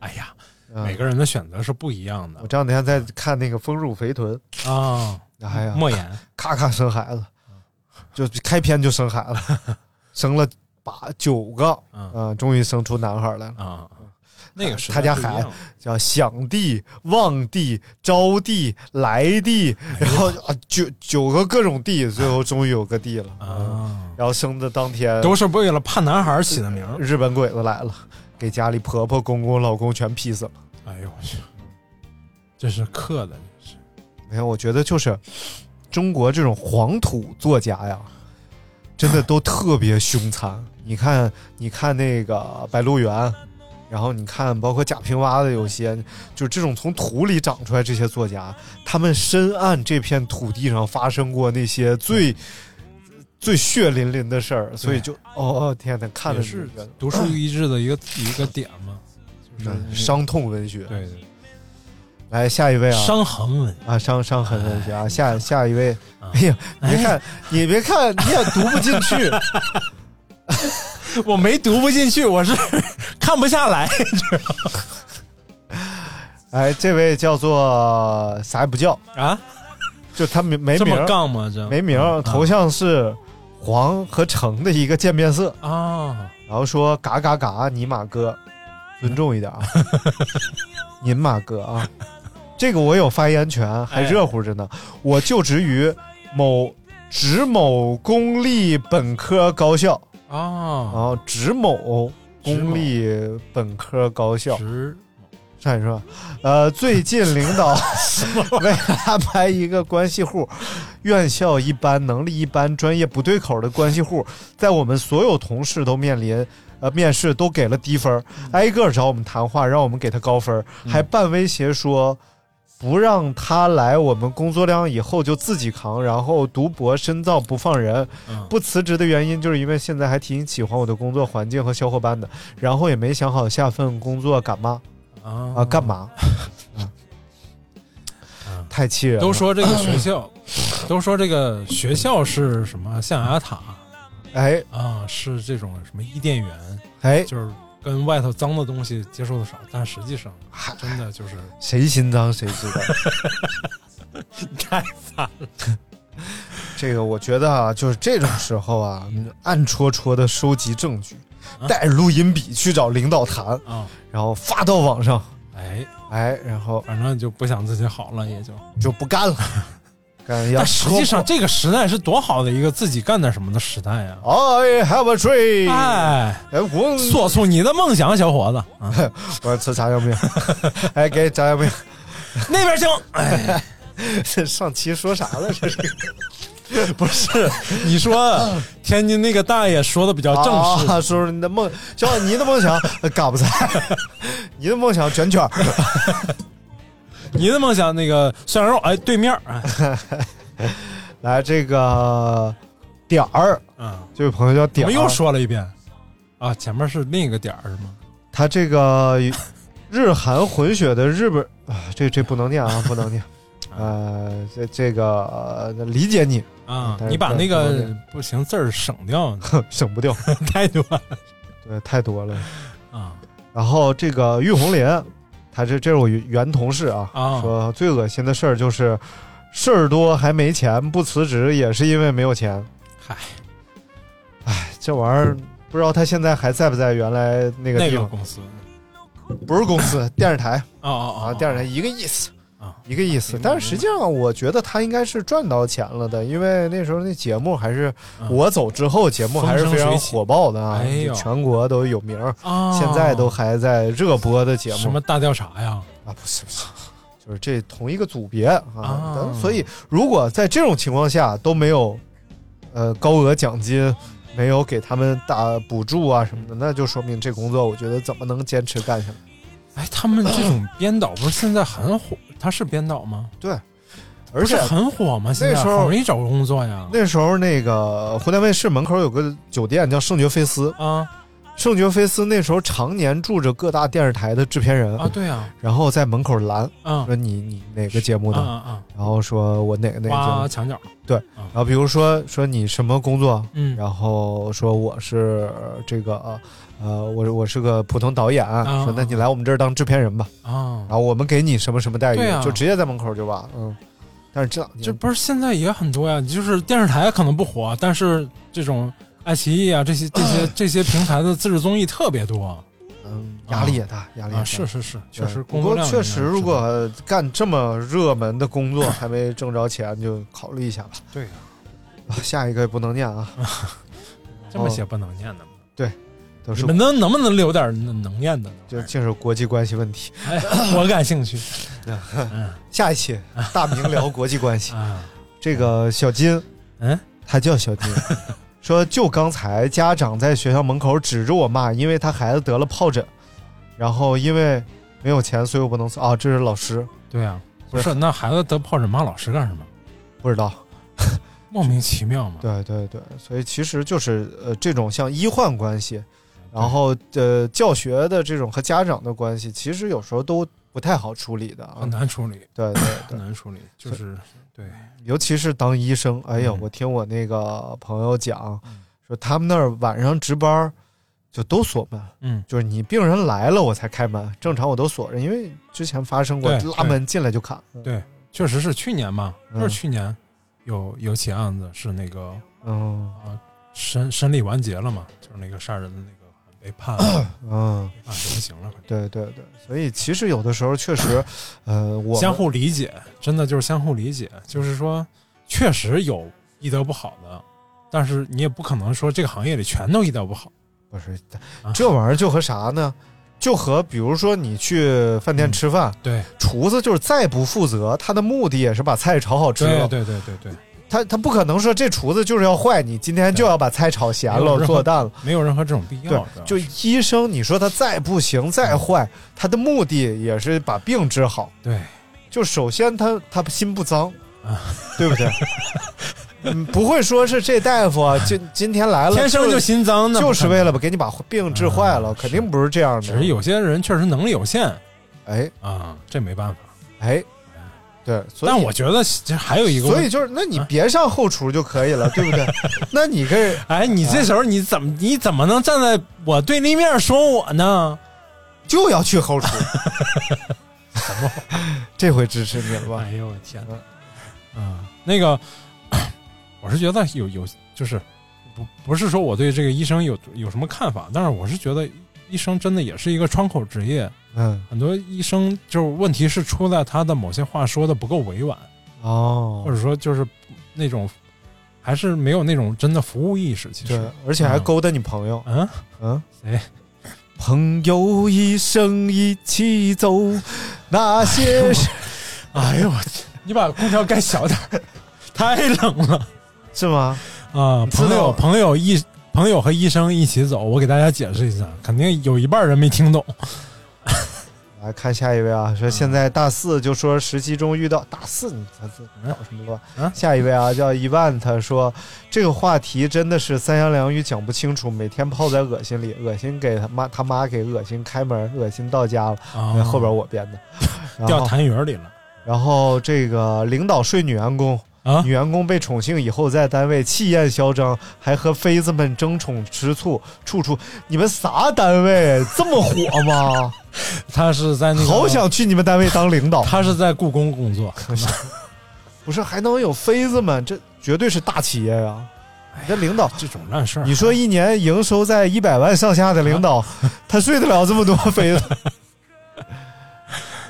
B: 哎呀，
A: 嗯
B: 每个人的选择是不一样的
A: 我这两天在看那个《丰乳肥臀》，
B: 啊。
A: 哎呀，
B: 莫言，
A: 咔咔生孩子，
B: 嗯
A: 就开篇就生孩
B: [LAUGHS]
A: 子，生了八九个，[LAUGHS]
B: 嗯
A: 啊，终于生出男孩来了。
B: 啊，那个时代
A: 他家
B: 不一
A: 孩
B: 样
A: 子叫想弟、望弟、招弟、来弟，
B: 哎
A: 然后啊九九个各种弟，最后终于有个弟了啊！然后生的当天
B: 都是为了怕男孩起的名儿。
A: 日本鬼子来了，给家里婆婆、公公、老公全劈死了。
B: 哎呦我去，这是刻的，
A: 没有，我觉得就是中国这种黄土作家呀，真的都特别凶残。你看，你看那个《白鹿原》，然后你看包括贾平凹的有些，就这种从土里长出来这些作家，他们深谙这片土地上发生过那些最。最血淋淋的事儿，所以就哦哦天哪，看
B: 也
A: 了
B: 是
A: 就觉得
B: 独树一帜的一个一个点嘛，就是
A: 嗯伤痛文学。
B: 对对，
A: 来下一位啊，
B: 伤痕文 [LAUGHS]
A: 啊，伤伤痕文
B: 哎
A: 学啊，下下一位，[LAUGHS]
B: 啊
A: 哎呀，你别
B: [LAUGHS]
A: 看，你别看，你也读不进去，
B: 我没读不进去，我是 [LAUGHS] 看不下来，知道吗
A: 哎，这位叫做啥也不叫
B: 啊，
A: 就他没没
B: 这
A: 名
B: 么
A: 儿
B: 杠啊吗？这
A: 没名儿，头像是黄和橙的一个渐变色
B: 啊，
A: 然后说嘎嘎嘎，尼玛哥，尊重一点
B: [LAUGHS]
A: 啊，您马哥啊，这个我有发言权，
B: 哎
A: 还热乎着呢，我就职于某职某公立本科高校。
B: 啊，
A: 然后职某公立本科高校。上海说，呃，最近领导为了安排一个关系户，院校一般、能力一般、专业不对口的关系户，在我们所有同事都面临呃面试都给了低分儿，挨个儿找我们谈话，让我们给他高分儿，还半威胁说。不让他来，我们工作量以后就自己扛，然后读博深造不放人。
B: 嗯
A: 不辞职的原因就是因为现在还挺喜欢我的工作环境和小伙伴的，然后也没想好下份工作干嘛
B: 啊
A: 啊干
B: [LAUGHS]
A: 嘛，啊太气人了。
B: 都说这个学校，都说这个学校是什么象牙塔，
A: 哎
B: 啊，是这种什么伊甸园，
A: 哎
B: 就是跟外头脏的东西接触的少，但实际上真的就是
A: 谁心脏谁知道。
B: [LAUGHS] 太烦了。
A: 这个我觉得啊，就是这种时候啊，
B: 嗯
A: 你暗戳戳的收集证据，带着录音笔去找领导谈，
B: 啊
A: 然后发到网上，
B: 哎
A: 哎，然后
B: 反正就不想自己好了，也就
A: 就不
B: [LAUGHS]
A: 干了。干要
B: 但实际上，
A: 戳
B: 这个时代是多好的一个自己干点什么的时代呀！
A: I have a dream，
B: 哎，
A: 我
B: 说出你的梦想，小伙子啊！
A: 我要吃炸酱
B: [LAUGHS]
A: 面，哎，给炸酱面，
B: 那边行。哎，
A: 这上期说啥了？这是
B: 不是，
A: [LAUGHS]
B: 你说天津那个大爷说的比较正式，
A: 啊，说说你的梦，小你的梦想，呃嘎巴菜， [LAUGHS] 你的梦想卷卷儿，
B: 你的梦想那个涮羊肉，哎，对面儿，哎，
A: 来这个点儿，
B: 嗯，
A: 这位朋友叫
B: 我
A: [LAUGHS] 点儿，
B: 们又说了一遍啊，前面是另一个点儿是吗？
A: 他这个日韩混血的日本啊，这这不能念啊，不能
B: [LAUGHS]
A: 念。呃，这这个、呃理解你 [LAUGHS]
B: 啊，
A: 但是
B: 你把那
A: 不能
B: 个
A: 念
B: 不行字儿省
A: [LAUGHS]
B: 掉，
A: 省不掉，
B: 太多
A: [LAUGHS]
B: 了
A: 对，太多了。
B: 啊
A: 然后这个玉红莲，他这这是我原同事啊，
B: 啊
A: 说最恶心的事儿就是事儿多还没钱，不辞职也是因为没有钱。
B: 嗨，
A: 哎，这玩意儿不知道他现在还在不在原来那个
B: 那
A: 地
B: 个
A: 方，
B: 公司
A: 不是公司，电视台
B: 哦哦
A: 啊，
B: 哦，
A: 电视台一个意思。
B: 啊
A: 一个意思，但是实际上我觉得他应该是赚到钱了的，因为那时候那节目还是我走之后，节目还是非常火爆的啊
B: 风生水起哎，呦
A: 就全国都有名儿，
B: 啊
A: 现在都还在热播的节目。
B: 什么大调查呀？
A: 啊，不是不是，就是这同一个组别啊。
B: 啊
A: 咱所以如果在这种情况下都没有呃高额奖金，没有给他们打补助啊什么的，那就说明这工作我觉得怎么能坚持干下来？
B: 哎，他们这种编导不是现在很火？他是编导吗？
A: 对，而且
B: 不是很火吗？现在
A: 那时候
B: 好容易找工作呀。
A: 那时候那个湖南卫视门口有个酒店叫圣爵菲斯，
B: 啊
A: 圣爵菲斯那时候常年住着各大电视台的制片人
B: 啊，，对呀，
A: 然后在门口拦，
B: 嗯
A: 说你你哪个节目
B: 啊
A: 的？
B: 啊
A: 然后说我哪个
B: 啊，
A: 哪个节目
B: 挖墙角
A: 对，然后比如说说你什么工作，
B: 嗯
A: 然后说我是这个呃，我我是个普通导演，
B: 啊
A: 说那你来我们这儿当制片人吧，
B: 啊
A: 然，后我们给你什么什么待遇，
B: 对啊
A: 就直接在门口就挖，嗯。但是这两
B: 这
A: 年
B: 不是现在也很多呀？就是电视台可能不火，但
A: [LAUGHS]
B: 是这种爱奇艺啊，这些这些这些平台的自制综艺特别多。
A: 嗯、嗯，压力也大，压力也大
B: 啊是是是
A: 对
B: 确实工
A: 不
B: 作
A: 过
B: 量
A: 确实，如果哦干这么热门的工作还没挣着钱，就考虑一下吧。
B: [LAUGHS] 对嗯呀
A: 啊，下一个也不能念啊，
B: 这么写不能念的吗？
A: 对，都
B: 你
A: 是
B: 们能能不能留点能能念的呢？
A: 就尽是国际关系问题。 [LAUGHS]
B: 哎，我感兴趣。
A: 下一期大明聊国际关系
B: 啊，
A: 这个小金，
B: 嗯，
A: 他叫小金，说就刚才家长在学校门口指着我骂，因为他孩子得了疱疹，然后因为没有钱，所以我不能送啊，这是老师，
B: 对呀、不是那孩子得疱疹骂老师干什么？
A: 不知道，
B: 莫名其妙嘛。
A: 对对对，所以其实就是呃这种像医患关系，然后呃教学的这种和家长的关系，其实有时候都不太好处理的啊，
B: 很难处理，
A: 对对对，
B: 很难处理，就是对，
A: 尤其是当医生，哎
B: 嗯
A: 呀，我听我那个朋友讲，说他们那儿晚上值班儿就都锁门，
B: 嗯，
A: 就是你病人来了我才开门，正常我都锁着，因为之前发生过
B: 对
A: 拉门进来就砍，
B: 对，确实是去年嘛，
A: 嗯
B: 就是去年有有起案子是那个
A: 嗯，
B: 啊审审理完结了嘛，就是那个杀人的那个被判了
A: [COUGHS] 嗯，
B: 啊行行了，
A: 对对对，所以其实有的时候确实，呃，我们
B: 相互理解，真的就是相互理解，就是说确实有医德不好的，但是你也不可能说这个行业里全都医德不好，
A: 不是
B: 啊
A: 这玩意儿就和啥呢？就和比如说你去饭
B: 嗯
A: 店吃饭，
B: 对，
A: 厨子就是再不负责，他的目的也是把菜炒好吃
B: 对
A: 了，
B: 对对对对，
A: 他他不可能说这厨子就是要坏你，今天就要把菜炒咸
B: 没有
A: 了、
B: 任何
A: 做淡了。
B: 没有嗯任何这种必要
A: 对
B: 的，，
A: 就医生，你说他再不行、再坏，他的目的也是把病治好。
B: 对，
A: 就首先他他心不脏，
B: 啊
A: 对不对？ [LAUGHS] 嗯，不会说是这大夫啊，今今天来了，
B: 天生就心脏那不可能
A: 就是为了把给你把病治坏了，肯定不是这样的。
B: 只是有些人确实能力有限，
A: 哎
B: 啊，这没办法。
A: 哎，对，所以
B: 但我啊觉得其实还有一个问
A: 所
B: 题，
A: 以就是，那你别上后厨就可以了，对不
B: [LAUGHS]
A: 对？那你跟人
B: 哎，你这时候你怎么你怎么能站在我对立面说我呢？
A: 就要去 [LAUGHS] 后厨，这回支持你了吧？
B: 哎呦我天哪！啊，那个，我是觉得有有就是不不是说我对这个医生有有什么看法，但是我是觉得医生真的也是一个窗口职业，
A: 嗯，
B: 很多医生就是问题是出在他的某些话说的不够委婉，
A: 哦，
B: 或者说就是那种还是没有那种真的服务意识，其实
A: 对，而且还勾搭你朋友。
B: 嗯
A: 嗯，
B: 谁？
A: 朋友一生一起走，那 [LAUGHS] 些事
B: [LAUGHS] 哎呦我去！你把空调盖小点儿， [LAUGHS] 太冷了
A: 是吗？
B: 啊！
A: 知道
B: 朋友，朋友一朋友和医生一起走，我给大家解释一下，肯定有一半人没听懂。
A: 来看下一位啊，说现在大四就说实习中遇到大四，你他自搞什么乱？下一位啊，叫一万，他说这个话题真的是三言两语讲不清楚，每天泡在恶心里，恶心给他妈他妈给恶心开门，恶心到家了。
B: 啊
A: 后边我编的，然后
B: 掉痰盂里了。
A: 然后这个领导睡女员工
B: 啊，
A: 女员工被宠幸以后，在单位气焰嚣张，还和妃子们争宠吃醋，处处你们啥单位这么火吗？
B: 他是 [LAUGHS] 在那个，
A: 好想去你们单位当领导。
B: 他是在故宫工作，
A: 不是还能有妃子们？这绝对是大企业呀、
B: 哎
A: 你这领导，
B: 这种烂事儿。
A: 你说一年营收在一百万上下的领导，
B: 啊
A: 他睡得了这么多妃子？
B: [LAUGHS]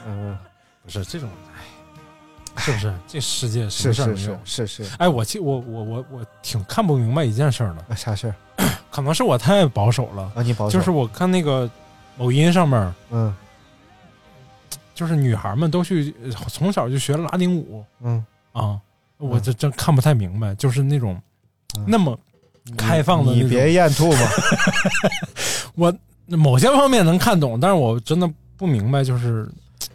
A: 嗯，
B: 不是这种，哎，是
A: [LAUGHS]
B: 不是？这世界什
A: 是
B: 么事儿
A: 是
B: 没有
A: 是？是是，啊
B: 哎，我其我我我我挺看不明白一件事儿的，
A: 啥事儿
B: 可能是我太保守了。
A: 啊？你保守
B: 就是我看那个某音上面，
A: 嗯，
B: 就是女孩们都去呃从小就学拉丁舞
A: 嗯
B: 啊，我这真看不太明白，就是那种
A: 嗯
B: 那么开放的那
A: 你
B: 种
A: 别咽吐
B: [LAUGHS]
A: 沫。
B: 我某些方面能看懂，但是我真的不明白，就是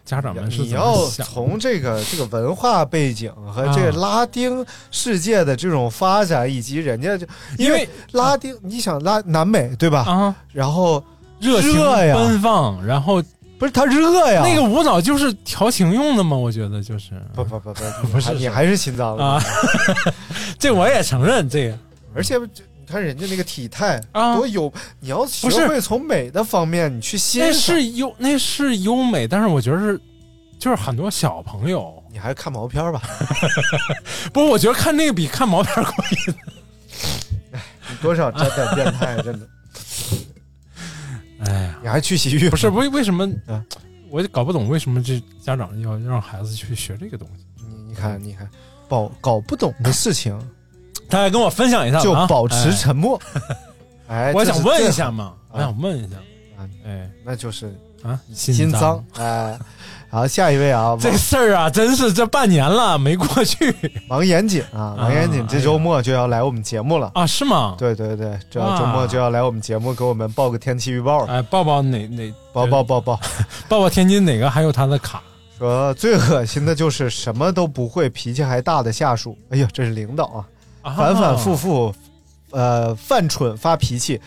B: 家长们是
A: 你
B: 怎
A: 要
B: 么想的。啊
A: 从这个这个文化背景和这个拉丁世界的这种发展，以及人家就因
B: 因
A: 为
B: 为
A: 拉丁，你想拉南美对吧？
B: 啊，
A: 然后
B: 热情
A: 热呀
B: 奔放，然后
A: 不是它热呀，
B: 那个舞蹈就是调情用的嘛，我觉得就是
A: 不不不不
B: [LAUGHS] 不
A: 你还
B: 是
A: 你还是心脏的
B: 啊，这我也承认这个
A: 而且这你看人家那个体态
B: 啊
A: 多有，你要学
B: 不是
A: 会从美的方面你去
B: 那
A: 欣赏，
B: 是优那是优美，但是我觉得是就是很多小朋友
A: 你还是看毛片儿吧，
B: 不，我觉得看那个比看毛片儿过瘾。 [LAUGHS]
A: 你多少沾点变态，真的。
B: 哎呀，
A: 你还去洗浴？
B: [LAUGHS] 不是为为什么？
A: 嗯
B: 我就搞不懂为什么这家长要让孩子去学这个东西。
A: 你你看，你看，搞搞不懂的事情，
B: 大家跟我分享一下吧
A: 就
B: 啊
A: 保持沉
B: [LAUGHS]
A: 默。哎，
B: 我想
A: 这是
B: 问一
A: 最
B: 下
A: 好
B: 嘛，
A: 啊
B: 我想问一下，哎，
A: 那就是
B: 啊，
A: 心脏
B: 脏。
A: 哎，好，下一位啊，
B: 这事儿啊，真是这半年了没过
A: [LAUGHS]
B: 去
A: 王严谨啊，王严谨这周末就要来我们节目了
B: 哎啊？是吗？
A: 对对对，这
B: 哇
A: 周末就要来我们节目给我们报个天气预报了。
B: 哎，抱抱哪哪呃
A: 报报报
B: [LAUGHS]
A: 报，
B: 抱抱天津哪个还有他的卡？
A: 说最恶心的就是什么都不会、脾气还大的下属。哎呀，这是领导啊，
B: 啊
A: 反反复复，呃，犯蠢发脾气，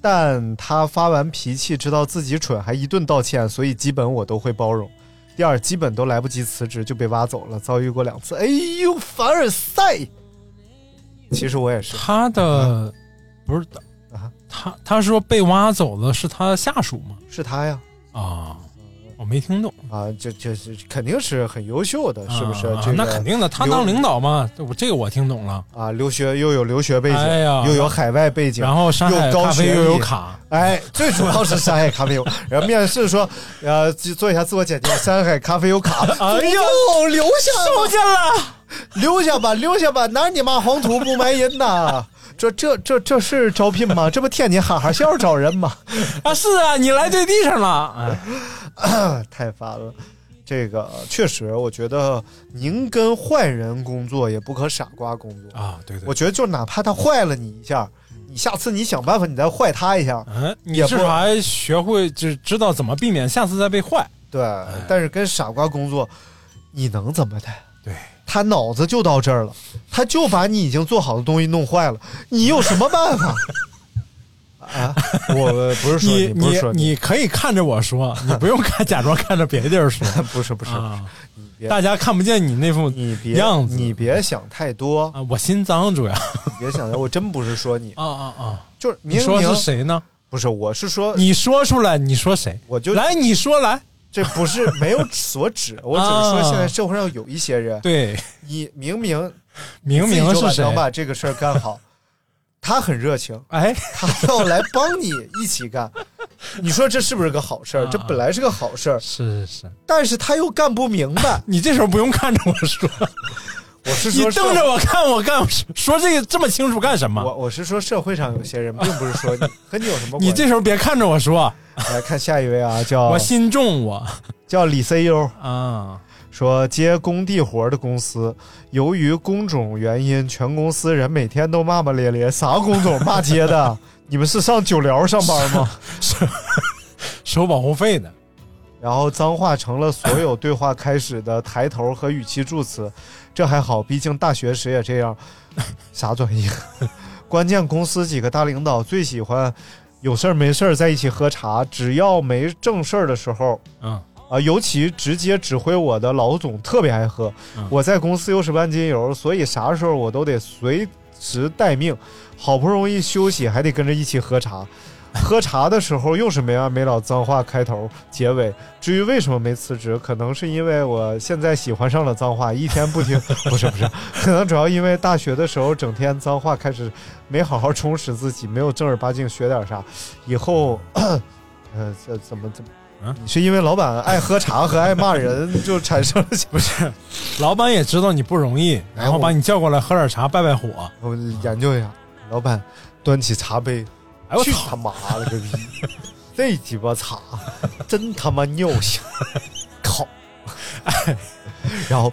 A: 但他发完脾气知道自己蠢，还一顿道歉，所以基本我都会包容。第二，基本都来不及辞职就被挖走了，遭遇过两次。哎呦，凡尔赛！其实我也是，
B: 他的不是
A: 啊
B: 他，他说被挖走了是他的下属吗？
A: 是他呀。
B: 啊，我没听懂
A: 啊，就就是肯定是很优秀的，是不是？
B: 啊
A: 这个
B: 那肯定的，他
A: 留
B: 当领导嘛，这我这个我听懂了。
A: 啊，留学又有留学背景，
B: 哎呀
A: 又有海外背景，
B: 然后山海
A: 又高
B: 咖啡
A: 学历
B: 又有卡，
A: 哎，最主要是山海咖啡有。然后面试说，呃，做做一下自我简介，山海咖啡有卡。
B: 哎呀
A: 呦，留下吧
B: 收见了，
A: 留下吧，留下吧，哪你妈黄土不埋人
B: [LAUGHS]
A: 呐！这这这这是招聘吗？这不天津哈哈笑找人吗？
B: 啊，是啊，你来对地上了。哎，
A: 太烦了。这个确实，我觉得您跟坏人工作也不可傻瓜工作
B: 啊。对
A: 我觉得就哪怕他坏了你一下，你下次你想办法，你再坏他一下。
B: 嗯，你
A: 也不
B: 至少还学会就知道怎么避免下次再被坏。
A: 对，但是跟傻瓜工作，你能怎么的？
B: 对，
A: 他脑子就到这儿了，他就把你已经做好的东西弄坏了，你有什么办 [LAUGHS] 法？啊，我不是说
B: 你
A: 不是说
B: 你可以看着
A: [LAUGHS]
B: 我说，你不用看假装看着别地儿说。
A: 不是不是，
B: 啊
A: 别
B: 大家看不见你那副
A: 你别
B: 样子
A: 你别想太多
B: 啊！我心脏
A: [LAUGHS]
B: 主要啊
A: 你别想太多，我真不是说 [LAUGHS] 你，
B: 啊啊！
A: 就是明
B: 你
A: 明
B: 说是谁呢？
A: 不是，我是说
B: 你说出来，你说谁？
A: 我就
B: 来，你说来。
A: 这不是没有 [LAUGHS] 所指，我只是说现在社会上有一些人，
B: 对，
A: 你明明
B: 明明
A: 自己
B: 是
A: 就想
B: 谁？
A: 把这个事儿干好，他很热情，
B: 哎，
A: 他要来帮你一起干， [LAUGHS] 你说这是不是个好事儿？
B: 啊
A: 这本来是个好事儿，
B: 是是是，
A: 但是他又干不明白。
B: 你这时候不用看着我说，
A: [LAUGHS] 我是
B: 你
A: 说社
B: 瞪着我看，我干说这个这么清楚干什
A: [LAUGHS]
B: 么？
A: 我我是说社会上有些人，并不是说你 [LAUGHS] 和你有什么关系。
B: 你这时候别看着我说，
A: 来看下一位啊，叫
B: 我心重我
A: 叫李 CEO。
B: 啊
A: 说接工地活儿的公司，由于工种原因，全公司人每天都骂骂咧咧。啥工种骂街的？ [LAUGHS] 你们是上九寮上班吗？
B: 收保护费的。
A: 然后脏话成了所有对话开始的抬头和语气助词， [LAUGHS] 这还好，毕竟大学时也这样。 [LAUGHS] 啥专业？ [LAUGHS] 关键公司几个大领导最喜欢有事儿没事儿在一起喝茶，只要没正事儿的时候，
B: 嗯
A: 啊、尤其直接指挥我的老总特别爱喝。
B: 嗯
A: 我在公司又是万金油，所以啥时候我都得随时待命。好不容易休息，还得跟着一起喝茶。喝茶的时候又是没完没了脏话开头结尾。至于为什么没辞职，可能是因为我现在喜欢上了脏话，一天不听， [LAUGHS] 不是不是，可能主要因为大学的时候整天脏话，开始没好好充实自己，没有正儿八经学点啥。以后， [COUGHS] 呃，这怎么怎么？
B: 嗯
A: 你是因为老板爱喝茶和爱骂人，就产生了不是？
B: 老板也知道你不容易，然后把你叫过来喝点茶，败败火。
A: 哎我研究一下，老板端起茶杯，
B: 哎我
A: 去
B: 操
A: 他妈了个逼！ [LAUGHS] 这鸡巴茶真他妈尿性，靠！ [LAUGHS] 然后，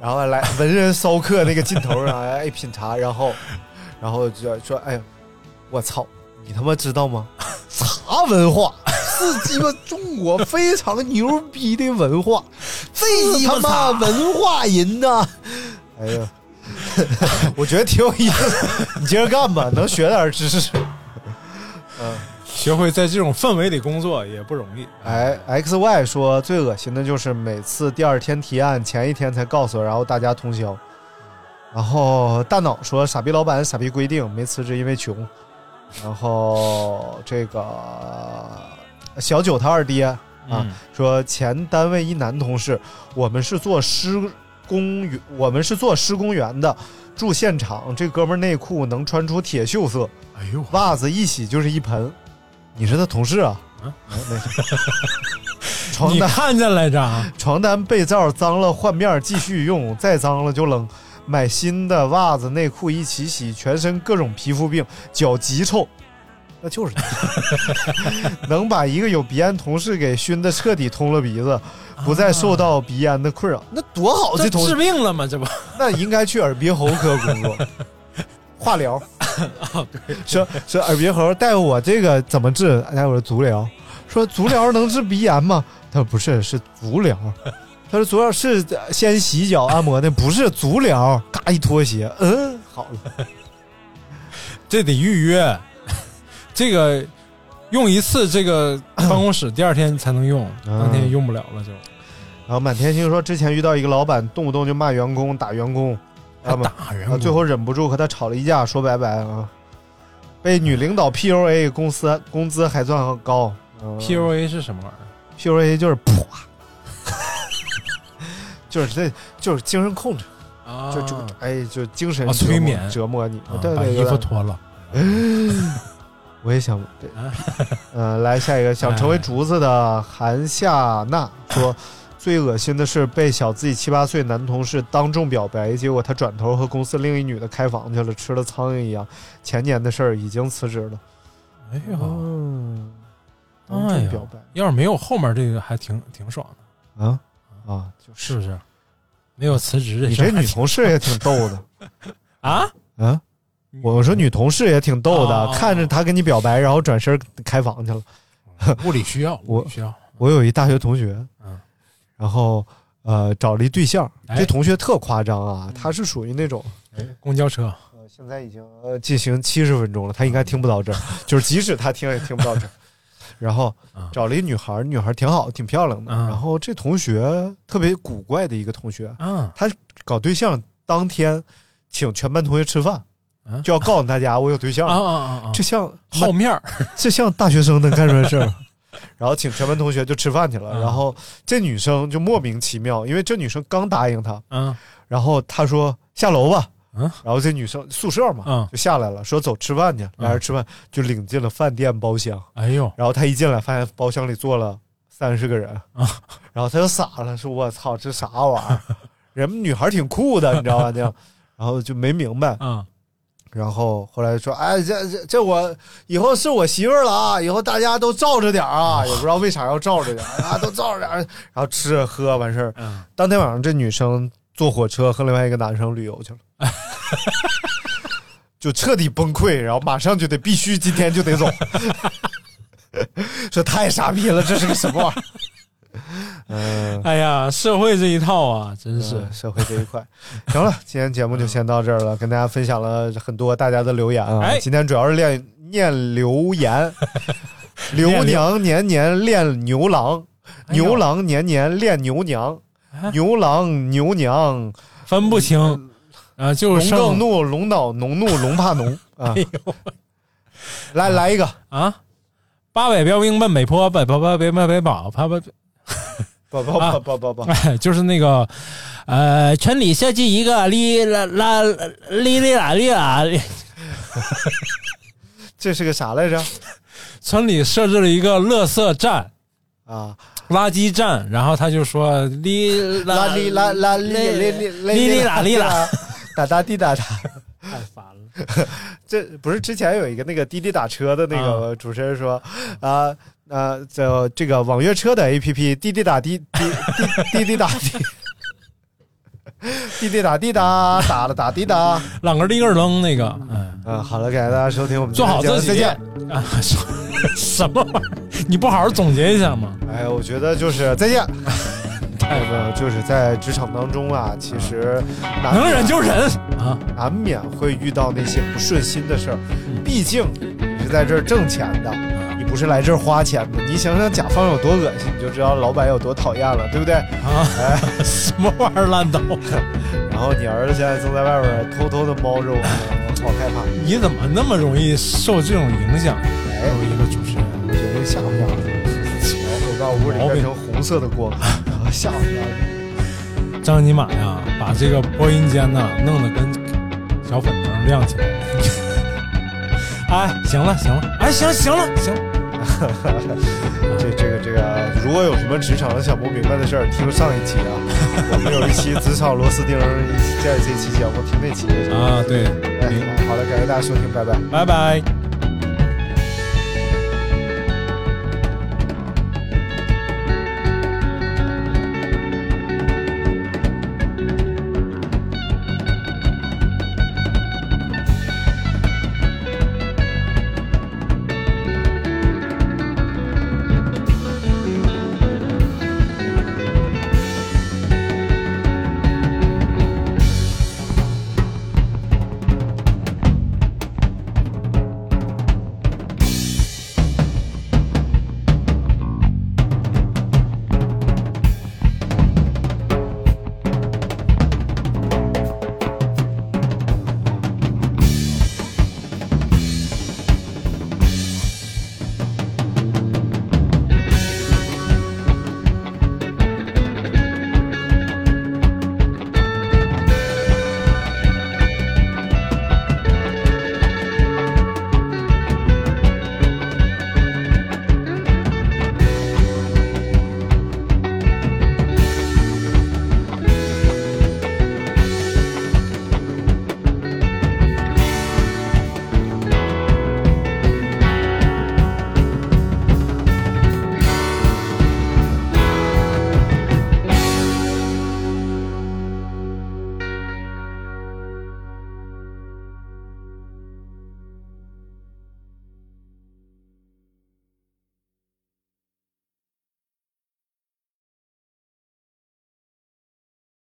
A: 然后来文人骚客那个劲头上，哎，品茶，然后，然后就说，哎，我操，你他妈知道 [LAUGHS] 吗？茶文化是鸡巴中国非常牛逼的文化， [LAUGHS] 这他妈文化人呐！哎呀，我觉得挺有意思的，你接着干吧，能学点知识。
B: 学会在这种氛围里工作也不容易。
A: 哎，X Y 说最恶心的就是每次第二天提案，前一天才告诉我，然后大家通宵。然后大脑说傻逼老板，傻逼规定，没辞职因为穷。然后这个小九他二爹啊、
B: 嗯
A: 说前单位一男同事，我们是做施工员，我们是做施工员的，住现场，这哥们儿内裤能穿出铁锈色，
B: 哎呦，
A: 袜子一洗就是一盆。你是他同事啊？
B: 啊，
A: 没事。 [LAUGHS] 床
B: 你
A: 单
B: 看见来着？啊
A: 床单被罩脏了换面儿继续用，再脏了就冷。买新的袜子内裤一起洗，全身各种皮肤病，脚极臭， [LAUGHS] 那就是你 [LAUGHS] 能把一个有鼻炎同事给熏得彻底通了鼻子，不再受到鼻炎的困扰，那多好！哦这
B: 这
A: 同
B: 治
A: 事
B: 病了吗？这不，
A: 那应该去耳鼻喉科工
B: [LAUGHS]
A: 作，化疗。
B: 啊
A: 说说耳鼻喉大夫，我这个怎么治？大夫说足疗，说足疗能治鼻炎吗？他说不是，是足疗。他说足疗是先洗脚按摩的，不是足疗。嘎一脱鞋，嗯，好了。
B: 这得预约， [LAUGHS] 这个用一次这
A: [CLEARS THROAT]
B: 个办公室，第二天才能用，
A: 啊
B: 当天用不了了就。
A: 然后满天星说，之前遇到一个老板，动不动就骂员工、打员工，
B: 还打
A: 啊
B: 员工
A: 最后忍不住和他吵了一架，说拜拜啊。被女领导 PUA，公司工资还算高。嗯
B: PUA 是什么玩意儿？
A: PUA 就是啪，就是这就是精神控制，
B: 啊
A: 就就哎就精神
B: 啊
A: 折磨
B: 催眠
A: 折磨你，
B: 啊
A: 对
B: 把
A: 对，
B: 衣
A: 有
B: 服
A: 点
B: 脱了。
A: 我也想对，
B: 啊
A: 嗯，来下一个，想
B: [LAUGHS] 哎
A: 成为竹子的韩夏娜说，最恶心的是被小自己七八岁男同事当众表白，结果他转头和公司另一女的开房去了，吃了苍蝇一样。前年的事儿，已经辞职了。
B: 哎呦，
A: 啊当
B: 哎
A: 众
B: 呀
A: 表白，
B: 要是没有后面这个，还挺挺爽的
A: 啊啊！
B: 是不是？没有辞职
A: 你
B: 事儿
A: 这
B: 还挺，
A: 女同事也挺逗的。
B: [LAUGHS] 啊？
A: 啊，我说女同事也挺逗的，
B: 哦
A: 看着她跟你表白，然后转身开房去了。
B: [LAUGHS] 物理需要，物
A: 我
B: 理需要。
A: 我有一大学同学，
B: 嗯，
A: 然后呃找了一对象，
B: 哎嗯
A: 这同学特夸张啊，他是属于那种
B: 公交车，
A: 现在已经呃进行七十分钟了，他应该听不到这
B: [LAUGHS]
A: 儿，就是即使他听也听不到这儿。然后
B: 嗯
A: 找了一女孩，女孩挺好，挺漂亮的。然后这同学特别古怪的一个同学，
B: 嗯，
A: 他搞对象当天请全班同学吃饭，就要告诉大家我有对象了。
B: 啊啊啊啊
A: 这像
B: 嗯好面儿，
A: 这像大学生能干出来事儿吗。然后请全班同学就吃饭去了，然后这女生就莫名其妙，因为这女生刚答应他，
B: 嗯，
A: 然后他说下楼吧，然后这女生宿舍嘛，就下来了，说走吃饭去，俩人吃饭就领进了饭店包厢，
B: 哎呦，
A: 然后他一进来发现包厢里坐了三十个人，然后他就傻了，说我操这啥玩意儿，人们女孩挺酷的，你知道吧？这样，然后就没明白，
B: 嗯。
A: 然后后来说，哎，这这这我以后是我媳妇儿了啊，以后大家都罩着点儿啊，也不知道为啥要罩着点儿，大啊家都罩着点儿，然 [LAUGHS] 后吃喝完事儿。当天晚上，这女生坐火车和另外一个男生旅游去了， [LAUGHS] 就彻底崩溃，然后马上就得必须今天就得走， [LAUGHS] 这太傻逼了，这是个什么玩意儿？ [LAUGHS] 嗯，
B: 哎呀，社会这一套啊，真是、
A: 嗯社会这一块。行了，今天节目就先到这儿了，跟大家分享了很多大家的留言啊。
B: 哎
A: 今天主要是练念留言，刘
B: 念留
A: 娘年年恋牛郎，
B: 哎呦
A: 牛郎年年恋牛娘，牛郎牛娘
B: 分不清啊，就
A: 龙
B: 剩
A: 更怒，龙恼嗯农怒，龙怕农啊。来来一个，
B: 啊！八百标兵奔北坡，北坡北北北北跑，啪啪。
A: 不不不不不不，
B: 哎，就是那个，呃，村里设计一个哩啦啦哩哩啦哩啦，
A: 这是个啥来着？
B: 村里设置了一个垃圾站
A: 啊，
B: 垃圾站，然后他就说哩啦
A: 啦哩啦啦哩哩哩
B: 哩哩啦哩啦，，
A: 哒哒滴哒哒。
B: 太烦了。
A: 这不是之前有一个那个滴滴打车的那个主持人说，啊啊，这这个网约车的 A P P 滴滴打滴滴滴滴滴打滴， [LAUGHS] 滴滴打滴答打了打滴
B: [LAUGHS]
A: 答。
B: 啷个儿哩个儿楞那个，嗯
A: 嗯，好了，感谢大家收听我们
B: 做好
A: 今天
B: 自
A: 的节
B: 己
A: 目再见。
B: 啊！ [LAUGHS] 什什么玩意儿？你不好好总结一下吗？
A: 哎，我觉得就是再
B: [LAUGHS]
A: 见。太个就是在职场当中啊，其实难
B: 能忍就忍
A: 啊，难免会遇到那些不顺心的事儿。毕竟你是在这儿挣钱的，你不是来这儿花钱的。你想想甲方有多恶心，你就知道老板有多讨厌了，对不对？
B: 啊， [LAUGHS] 什么玩意儿烂刀？
A: 然后你儿子现在正在外边偷偷的猫着我，我好害怕。
B: 你怎么那么容易受这种影响？
A: 哎
B: 作为一个主持人，
A: 决定吓唬吓唬我，我把屋里变成红色的光，然后吓唬吓唬。
B: 张尼玛呀，把这个播音间呢弄得跟小 [LAUGHS] 粉灯亮起来。哎，行了行了，哎，行行了行了，
A: 这这个这个，如果有什么职场想不明白的事儿，听上一期啊，我们有一期职场螺丝钉，在这期节目听那期
D: 啊，对，
B: 嗯
A: 哎，好了，感谢大家收听，拜拜，
D: 拜拜。